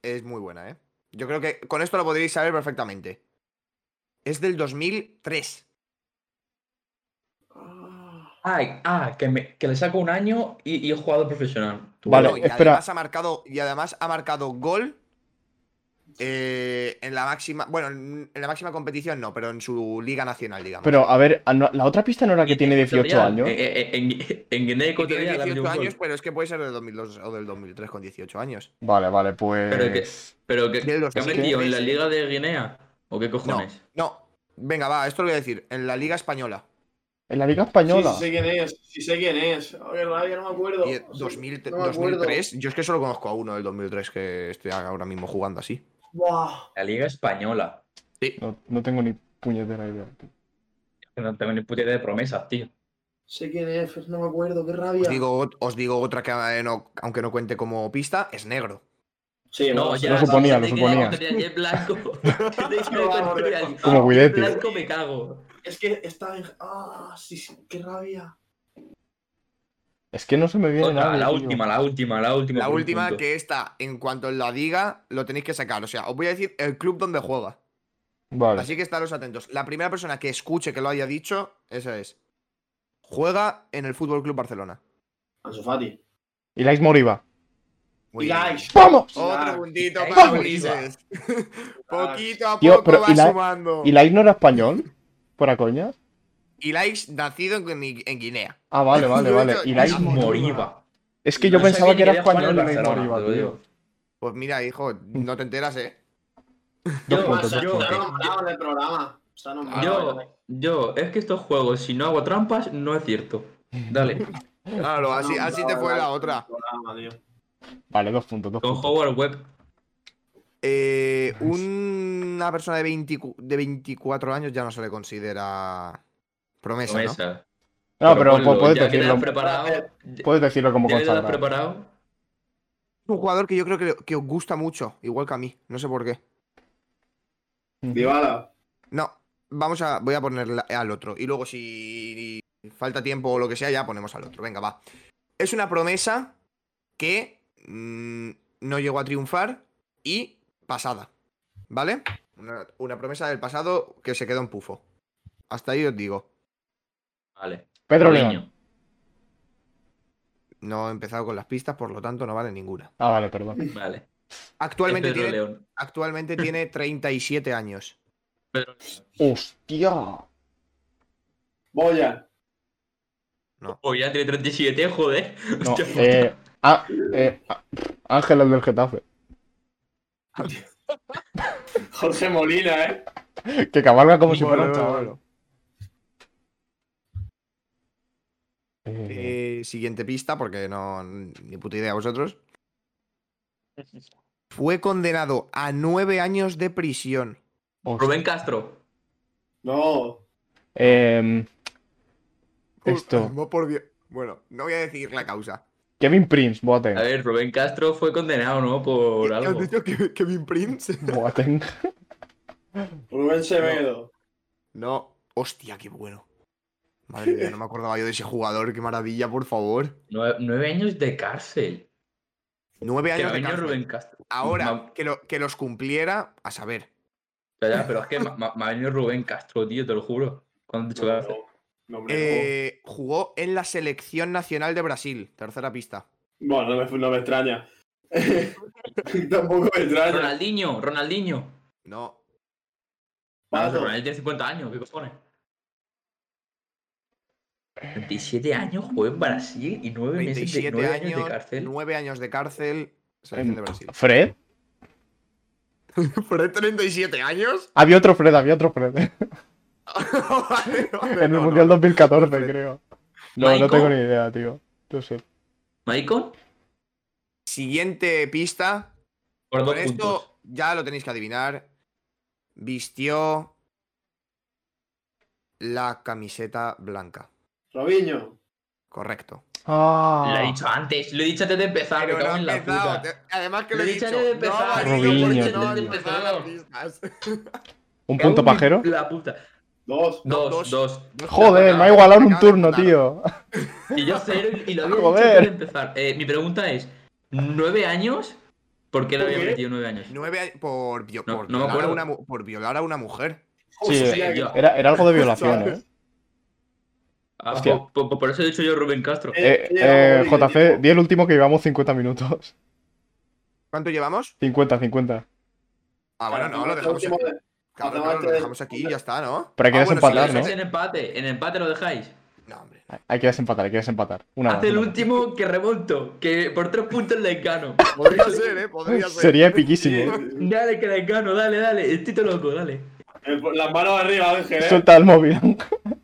[SPEAKER 5] es muy buena, ¿eh? Yo creo que con esto lo podríais saber perfectamente. Es del 2003.
[SPEAKER 4] Ah, ah, que, me- que le saco un año y, y he jugado profesional. Tú,
[SPEAKER 2] Vale,
[SPEAKER 5] Bueno, y
[SPEAKER 2] espera.
[SPEAKER 5] Además ha marcado, y además ha marcado gol eh, en la máxima. Bueno, en en la máxima competición no, pero en su liga nacional, digamos.
[SPEAKER 2] Pero, a ver, ah, no, la otra pista no era que tiene 18
[SPEAKER 4] Ecuatorial,
[SPEAKER 2] años.
[SPEAKER 4] eh, En, en, en Guinea
[SPEAKER 5] Que tiene
[SPEAKER 4] Ecuatorial ha
[SPEAKER 5] 18
[SPEAKER 4] metido un gol.
[SPEAKER 5] años, pero es que puede ser del 2002 o del 2003 con 18 años.
[SPEAKER 2] Vale, vale, pues...
[SPEAKER 4] Pero que- Pero que,
[SPEAKER 5] Del
[SPEAKER 4] ¿qué ha
[SPEAKER 5] 2003.
[SPEAKER 4] metido en la Liga de Guinea. ¿O qué
[SPEAKER 5] No,
[SPEAKER 4] cojones?
[SPEAKER 5] no. Venga, va, esto lo voy a decir. En la Liga Española.
[SPEAKER 2] En la liga española.
[SPEAKER 3] Sí, sí sé quién es, sí sé quién es. A ver, rabia, no me acuerdo.
[SPEAKER 5] Die- 2000
[SPEAKER 3] no me acuerdo.
[SPEAKER 5] 2003. Yo es que solo conozco a uno del 2003 que estoy ahora mismo jugando así.
[SPEAKER 3] Buah.
[SPEAKER 4] La Liga Española.
[SPEAKER 2] No, no tengo ni puñetera idea. tío.
[SPEAKER 4] Que No tengo ni puta idea de promesas, tío.
[SPEAKER 7] Sé quién es, no me acuerdo, qué rabia.
[SPEAKER 5] Os digo, ot- os digo otra que eh, no- aunque no cuente como pista, es negro.
[SPEAKER 7] sí,
[SPEAKER 4] No,
[SPEAKER 7] vamos,
[SPEAKER 4] ya.
[SPEAKER 2] Lo suponía, lo
[SPEAKER 4] te
[SPEAKER 2] suponía.
[SPEAKER 4] quedas con el blanco. Te quedas con el blanco.
[SPEAKER 2] Como Guidetti.
[SPEAKER 4] Blanco me cago.
[SPEAKER 7] Es que está en. ¡Ah! Sí, sí, qué rabia.
[SPEAKER 2] Es que no se me viene
[SPEAKER 4] Otra,
[SPEAKER 2] nada.
[SPEAKER 4] la última, la última, la última.
[SPEAKER 5] La
[SPEAKER 4] por un
[SPEAKER 5] última
[SPEAKER 4] punto.
[SPEAKER 5] que esta, en cuanto la diga, lo tenéis que sacar. O sea, os voy a decir el club donde juega.
[SPEAKER 2] Vale.
[SPEAKER 5] Así que estaros atentos. La primera persona que escuche que lo haya dicho, esa es. Juega en el Fútbol Club Barcelona.
[SPEAKER 7] Ansu Fati.
[SPEAKER 2] Y Lais Moriba.
[SPEAKER 5] Muy
[SPEAKER 7] Y
[SPEAKER 5] bien.
[SPEAKER 7] Lais.
[SPEAKER 2] ¡Vamos!
[SPEAKER 5] Otro
[SPEAKER 7] Isaac.
[SPEAKER 5] puntito
[SPEAKER 4] Isaac
[SPEAKER 5] para
[SPEAKER 2] Moriba.
[SPEAKER 5] Ulises. Poquito a
[SPEAKER 2] Tío,
[SPEAKER 5] poco
[SPEAKER 2] pero
[SPEAKER 5] va
[SPEAKER 2] Isaac-
[SPEAKER 5] sumando.
[SPEAKER 2] ¿Y Lais no era español? ¿Para coñas?
[SPEAKER 5] Y Lais, nacido en, Gui- en Guinea.
[SPEAKER 2] Ah, vale, vale, vale. Y Lais
[SPEAKER 5] Isaac
[SPEAKER 4] Moriba.
[SPEAKER 2] Es que yo
[SPEAKER 4] No
[SPEAKER 2] pensaba
[SPEAKER 4] sabía
[SPEAKER 2] que era
[SPEAKER 4] ni quería jugar en
[SPEAKER 2] español
[SPEAKER 4] el
[SPEAKER 2] Lais
[SPEAKER 4] Barcelona,
[SPEAKER 2] Moriba,
[SPEAKER 4] te lo
[SPEAKER 2] tío.
[SPEAKER 4] digo.
[SPEAKER 5] Pues mira, hijo, no te enteras, ¿eh?
[SPEAKER 4] Yo,
[SPEAKER 2] Dos puntos,
[SPEAKER 7] se,
[SPEAKER 2] dos
[SPEAKER 4] yo-
[SPEAKER 7] se ha
[SPEAKER 2] puntos.
[SPEAKER 7] nombrado en el programa. Se ha
[SPEAKER 5] Ah,
[SPEAKER 3] Ah,
[SPEAKER 7] nombrado.
[SPEAKER 4] Yo, yo, es que estos juegos, si no hago trampas, no es cierto. Dale,
[SPEAKER 5] Claro, así,
[SPEAKER 7] Se ha
[SPEAKER 5] así ah, te
[SPEAKER 7] nombrado
[SPEAKER 5] fue
[SPEAKER 7] en
[SPEAKER 5] la
[SPEAKER 7] el
[SPEAKER 5] otra.
[SPEAKER 7] programa, tío.
[SPEAKER 2] Vale, dos puntos, dos
[SPEAKER 4] con
[SPEAKER 2] puntos.
[SPEAKER 4] Howard Webb.
[SPEAKER 5] Eh, una persona de, 20 de 24 años ya no se le considera promesa, ¿no?
[SPEAKER 4] Promesa.
[SPEAKER 2] No, pero
[SPEAKER 4] ponlo,
[SPEAKER 2] pu- puedes
[SPEAKER 4] ya que te has
[SPEAKER 2] decirlo.
[SPEAKER 4] preparado. ya-
[SPEAKER 2] Puedes decirlo como
[SPEAKER 4] ya que te has
[SPEAKER 2] consagrado.
[SPEAKER 4] preparado.
[SPEAKER 5] Es un jugador que yo creo que, que os gusta mucho, igual que a mí, no sé por qué.
[SPEAKER 1] Dybala.
[SPEAKER 5] No, vamos a, voy a poner la- al otro. Y luego si falta tiempo o lo que sea, ya ponemos al otro. Venga, va. Es una promesa que mm, no llegó a triunfar y pasada. ¿Vale? Una, una promesa del pasado que se quedó en pufo. Hasta ahí os digo.
[SPEAKER 4] Vale.
[SPEAKER 2] Pedro
[SPEAKER 4] Robinho.
[SPEAKER 2] León.
[SPEAKER 5] No he empezado con las pistas, por lo tanto no vale ninguna.
[SPEAKER 2] Ah, vale, perdón.
[SPEAKER 4] Vale.
[SPEAKER 5] Actualmente,
[SPEAKER 4] es Pedro
[SPEAKER 5] tiene,
[SPEAKER 4] León.
[SPEAKER 5] actualmente tiene 37 años.
[SPEAKER 4] Pedro
[SPEAKER 2] ¡Hostia!
[SPEAKER 1] Boya.
[SPEAKER 4] León. ya tiene 37, joder.
[SPEAKER 2] No,
[SPEAKER 4] Hostia,
[SPEAKER 2] eh, ah, eh, ah, Ángel el del Getafe.
[SPEAKER 1] Jorge Molina, ¿eh?
[SPEAKER 2] Que cabalga como si fuera un
[SPEAKER 5] Bueno,
[SPEAKER 2] chaval. Eh,
[SPEAKER 5] Eh, siguiente pista, porque no. ni puta idea vosotros. Fue condenado a nueve años de prisión.
[SPEAKER 2] hostia.
[SPEAKER 4] Rubén Castro.
[SPEAKER 1] No.
[SPEAKER 2] Em, Esto.
[SPEAKER 5] No, por Dios. Bueno, no voy a decir la causa.
[SPEAKER 2] Kevin Prince, Boateng.
[SPEAKER 4] A ver, Rubén Castro fue condenado, ¿no? Por
[SPEAKER 5] ¿Qué has
[SPEAKER 4] algo.
[SPEAKER 5] dicho que Kevin Prince?
[SPEAKER 2] Boateng.
[SPEAKER 1] Rubén Sevedo.
[SPEAKER 5] No. Hostia, qué bueno. Madre mía, no me acordaba yo de ese jugador. Qué maravilla, por favor.
[SPEAKER 4] Nue- Nueve años de cárcel.
[SPEAKER 5] Nueve
[SPEAKER 4] Que
[SPEAKER 5] años de
[SPEAKER 4] venía
[SPEAKER 5] cárcel.
[SPEAKER 4] Rubén Castro.
[SPEAKER 5] Ahora,
[SPEAKER 4] Ma-
[SPEAKER 5] que, lo- que los cumpliera, a saber.
[SPEAKER 4] Ya, ya, pero es que ma- ma- me ha venido Rubén Castro, tío, te lo juro. Cuando te
[SPEAKER 1] No,
[SPEAKER 4] cárcel.
[SPEAKER 1] no, hombre, no.
[SPEAKER 5] Eh, jugó en la selección nacional de Brasil. Tercera pista.
[SPEAKER 1] Bueno, no me, no me extraña. Tampoco me extraña.
[SPEAKER 4] Ronaldinho, Ronaldinho.
[SPEAKER 5] No.
[SPEAKER 4] Vamos,
[SPEAKER 1] Pato.
[SPEAKER 4] Ronaldinho tiene 50 años, ¿qué cojones? 27 años, jugó en Brasil y 9 meses de,
[SPEAKER 5] 27
[SPEAKER 4] nueve
[SPEAKER 5] años,
[SPEAKER 4] años de cárcel.
[SPEAKER 5] 9 años de cárcel, selección de Brasil.
[SPEAKER 2] Fred.
[SPEAKER 5] ¿Por 37 años?
[SPEAKER 2] Había otro Fred, había otro Fred.
[SPEAKER 5] Vale, vale,
[SPEAKER 2] en Em, el
[SPEAKER 5] no, no.
[SPEAKER 2] Mundial 2014,
[SPEAKER 5] Fred.
[SPEAKER 2] creo. No, no
[SPEAKER 4] Michael.
[SPEAKER 2] tengo ni idea, tío. No sé.
[SPEAKER 4] ¿Maicon?
[SPEAKER 5] Siguiente pista.
[SPEAKER 4] Por dos
[SPEAKER 5] Con
[SPEAKER 4] puntos.
[SPEAKER 5] esto ya lo tenéis que adivinar. Vistió la camiseta blanca.
[SPEAKER 1] Robinho.
[SPEAKER 5] Correcto.
[SPEAKER 4] Lo he
[SPEAKER 2] Ah,
[SPEAKER 4] dicho antes, lo he dicho antes de empezar, Ah, me
[SPEAKER 5] Pero
[SPEAKER 4] cago
[SPEAKER 5] no
[SPEAKER 4] en
[SPEAKER 5] ha
[SPEAKER 4] la
[SPEAKER 5] empezado.
[SPEAKER 4] puta.
[SPEAKER 5] te- Además que
[SPEAKER 4] Lo
[SPEAKER 5] lo he
[SPEAKER 4] he dicho
[SPEAKER 5] dicho.
[SPEAKER 4] antes de
[SPEAKER 5] No ha
[SPEAKER 4] empezar.
[SPEAKER 5] valido porque
[SPEAKER 2] Robinho,
[SPEAKER 5] no han
[SPEAKER 2] tío.
[SPEAKER 5] empezado las pistas.
[SPEAKER 2] un
[SPEAKER 4] Me
[SPEAKER 2] punto
[SPEAKER 4] cago en mi-
[SPEAKER 2] pajero.
[SPEAKER 4] La puta.
[SPEAKER 1] Dos.
[SPEAKER 4] Dos,
[SPEAKER 5] dos.
[SPEAKER 4] dos.
[SPEAKER 2] Joder, me ha igualado en un turno, tío.
[SPEAKER 4] Y yo cero y- y lo había dicho
[SPEAKER 2] Joder.
[SPEAKER 4] antes de empezar. Eh, mi pregunta es: ¿9 años? ¿Por qué le había
[SPEAKER 1] ¿Por qué?
[SPEAKER 4] metido 9 años?
[SPEAKER 5] Nueve años por, vio-
[SPEAKER 4] No,
[SPEAKER 5] por
[SPEAKER 4] no me
[SPEAKER 5] violar a
[SPEAKER 4] acuerdo.
[SPEAKER 5] una, mu- por violar a una mujer.
[SPEAKER 2] Sí,
[SPEAKER 1] Hostia,
[SPEAKER 4] tío.
[SPEAKER 1] que-
[SPEAKER 2] Era, era algo de violación, ¿eh?
[SPEAKER 4] Ah,
[SPEAKER 2] Hostia.
[SPEAKER 4] po- po- po- por eso he dicho yo Rubén Castro.
[SPEAKER 1] Eh,
[SPEAKER 2] Eh, eh, JC, di el último que llevamos 50 minutos.
[SPEAKER 5] ¿Cuánto llevamos?
[SPEAKER 2] 50, 50.
[SPEAKER 5] Ah, bueno, no, lo
[SPEAKER 1] Hacemos
[SPEAKER 5] dejamos
[SPEAKER 1] último
[SPEAKER 5] aquí.
[SPEAKER 1] de-
[SPEAKER 5] Cabrón,
[SPEAKER 1] hacemos
[SPEAKER 5] no, lo
[SPEAKER 1] este-
[SPEAKER 5] dejamos aquí y ya está, ¿no?
[SPEAKER 2] Pero hay que
[SPEAKER 5] Ah, bueno,
[SPEAKER 2] desempatar,
[SPEAKER 4] Lo
[SPEAKER 5] sí, lo
[SPEAKER 2] ¿no?
[SPEAKER 4] dejáis
[SPEAKER 5] dejáis
[SPEAKER 4] en empate, en empate lo dejáis.
[SPEAKER 5] en- No, hombre.
[SPEAKER 2] Hay que desempatar, hay que desempatar. Una más,
[SPEAKER 4] Hace el
[SPEAKER 2] una más.
[SPEAKER 4] último que remonto, que por tres puntos le gano.
[SPEAKER 5] Podría ser, ¿eh? Podría ser.
[SPEAKER 2] Sería epiquísimo.
[SPEAKER 4] Dale, que le gano, dale, dale. Estoy todo loco, dale.
[SPEAKER 1] Eh,
[SPEAKER 3] pues,
[SPEAKER 1] pon Las manos arriba, Ángel. ¿eh?
[SPEAKER 2] Suelta el móvil.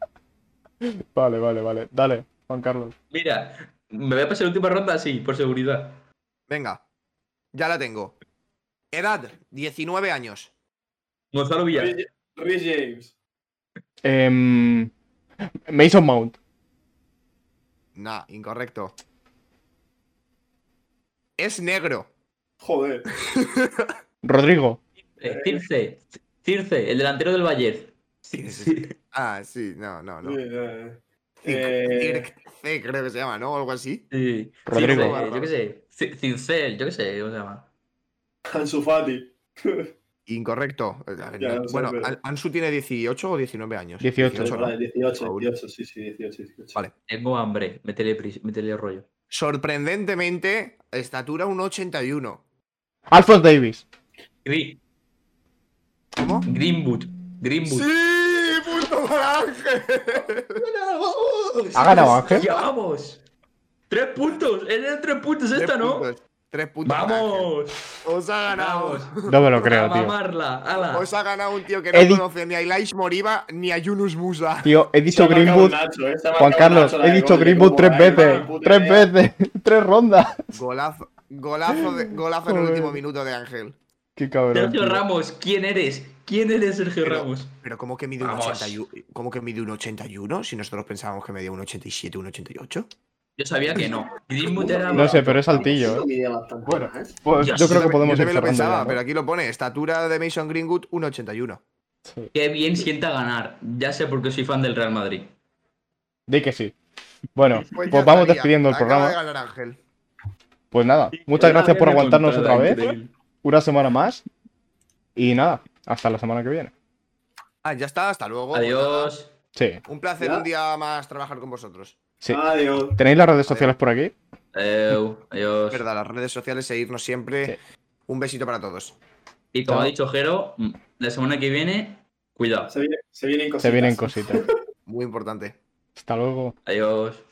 [SPEAKER 2] vale, vale, vale. Dale, Juan Carlos.
[SPEAKER 4] Mira, me voy a pasar la última ronda así, por seguridad.
[SPEAKER 5] Venga, ya la tengo. Edad, 19 años.
[SPEAKER 4] Gonzalo Villar. Eh,
[SPEAKER 1] Rhys James.
[SPEAKER 2] Em, Mason Mount.
[SPEAKER 5] Nah, incorrecto. Es negro.
[SPEAKER 7] Joder.
[SPEAKER 2] Rodrigo.
[SPEAKER 4] Eh, Circe, Circe, el delantero del Bayern.
[SPEAKER 5] ¿Quién es este? Ah, sí, no, no, no.
[SPEAKER 7] Eh, eh,
[SPEAKER 5] Dirk C, creo que se llama, ¿no? O algo así.
[SPEAKER 4] Sí.
[SPEAKER 2] Rodrigo.
[SPEAKER 4] Circe, yo qué sé. Ci- Cincel, yo qué sé, ¿cómo se llama?
[SPEAKER 7] Ansu Fati.
[SPEAKER 5] Incorrecto. Eh, a ver,
[SPEAKER 7] Ya,
[SPEAKER 5] no-
[SPEAKER 7] no sé,
[SPEAKER 5] bueno,
[SPEAKER 7] pero-
[SPEAKER 5] An- Ansu tiene 18 o 19 años.
[SPEAKER 2] 18.
[SPEAKER 5] ¿no?
[SPEAKER 7] Vale, 18,
[SPEAKER 5] Raúl.
[SPEAKER 7] 18, sí, sí, 18, 18.
[SPEAKER 5] Vale.
[SPEAKER 4] Tengo hambre, métele, pris- métele rollo.
[SPEAKER 5] Sorprendentemente, estatura 1,81.
[SPEAKER 2] Alphonse Davis.
[SPEAKER 4] Gri-
[SPEAKER 5] ¿Cómo?
[SPEAKER 4] Greenwood, Greenwood.
[SPEAKER 5] ¡Sí! ¡Punto para Ángel!
[SPEAKER 2] ¿Ha ganado Ángel?
[SPEAKER 4] Ya vamos. Tres puntos, es de tres puntos esta,
[SPEAKER 5] Tres
[SPEAKER 4] ¿no?
[SPEAKER 5] puntos, Tres puntos. para Ángel.
[SPEAKER 4] Vamos,
[SPEAKER 5] Os ha ganado.
[SPEAKER 4] vamos.
[SPEAKER 2] No me lo creo,
[SPEAKER 4] a
[SPEAKER 2] tío.
[SPEAKER 4] mamarla, ala.
[SPEAKER 5] Os ha ganado un tío que no
[SPEAKER 2] Edi-
[SPEAKER 5] conoce ni a Elias Moriba ni a Yunus Musa.
[SPEAKER 2] Tío, he
[SPEAKER 7] Se
[SPEAKER 2] dicho
[SPEAKER 7] ha marcado
[SPEAKER 2] Greenwood.
[SPEAKER 7] un Nacho, eh, se ha marcado
[SPEAKER 2] Juan
[SPEAKER 7] un
[SPEAKER 2] Carlos,
[SPEAKER 7] Nacho la
[SPEAKER 2] he
[SPEAKER 7] de
[SPEAKER 2] dicho
[SPEAKER 7] gol,
[SPEAKER 2] Greenwood
[SPEAKER 7] como
[SPEAKER 2] tres
[SPEAKER 7] la de Greenwood,
[SPEAKER 2] veces.
[SPEAKER 7] la puta
[SPEAKER 2] Tres
[SPEAKER 7] idea.
[SPEAKER 2] veces. Tres rondas.
[SPEAKER 5] Golazo, golazo, de- golazo en el
[SPEAKER 2] Joder.
[SPEAKER 5] último minuto de Ángel.
[SPEAKER 2] Qué cabrón.
[SPEAKER 4] Sergio
[SPEAKER 2] tío.
[SPEAKER 4] Ramos, ¿quién eres? ¿Quién eres Sergio
[SPEAKER 5] Pero-
[SPEAKER 4] Ramos?
[SPEAKER 5] Pero ¿cómo que mide un
[SPEAKER 4] Vamos.
[SPEAKER 5] 81? ¿Cómo que mide un 81? Si nosotros pensábamos que medía un 87, un 88.
[SPEAKER 4] Yo sabía que no. Greenwood era
[SPEAKER 2] No sé, pero es
[SPEAKER 7] Sí,
[SPEAKER 2] altillo,
[SPEAKER 7] lo
[SPEAKER 2] ¿eh?
[SPEAKER 7] mide bastante
[SPEAKER 2] Bueno.
[SPEAKER 7] más, ¿eh?
[SPEAKER 2] Pues
[SPEAKER 4] Yo
[SPEAKER 2] yo creo
[SPEAKER 5] tam-
[SPEAKER 2] que podemos ir
[SPEAKER 5] también lo
[SPEAKER 2] cerrando ya,
[SPEAKER 5] pensaba,
[SPEAKER 2] ¿no?
[SPEAKER 5] pero aquí lo pone. Estatura de Mason Greenwood, 1,81.
[SPEAKER 4] Qué bien sienta ganar. Ya sé por qué soy fan del Real Madrid.
[SPEAKER 2] Di que sí. Bueno,
[SPEAKER 5] Pues,
[SPEAKER 2] pues,
[SPEAKER 5] ya
[SPEAKER 2] vamos
[SPEAKER 5] estaría.
[SPEAKER 2] despidiendo el
[SPEAKER 5] Acaba de
[SPEAKER 2] programa.
[SPEAKER 5] ganar Ángel.
[SPEAKER 2] Pues nada, muchas gracias por aguantarnos otra vez. Una semana más. Y nada, hasta la semana que viene.
[SPEAKER 5] Ah, ya está, hasta luego.
[SPEAKER 4] Adiós.
[SPEAKER 2] Sí,
[SPEAKER 5] Un placer
[SPEAKER 7] ¿Ya?
[SPEAKER 5] un día más trabajar con vosotros.
[SPEAKER 2] sí.
[SPEAKER 7] Adiós.
[SPEAKER 2] ¿Tenéis las redes sociales por aquí?
[SPEAKER 4] Adeu, adiós.
[SPEAKER 5] Es verdad, las redes sociales, seguirnos siempre. Un besito para todos.
[SPEAKER 4] Y como ha
[SPEAKER 2] Chao.
[SPEAKER 4] dicho Jero, mm, la semana que viene, cuidado.
[SPEAKER 7] Se viene- se vienen cositas.
[SPEAKER 2] Se vienen cositas.
[SPEAKER 5] Muy importante.
[SPEAKER 2] Hasta luego.
[SPEAKER 4] Adiós.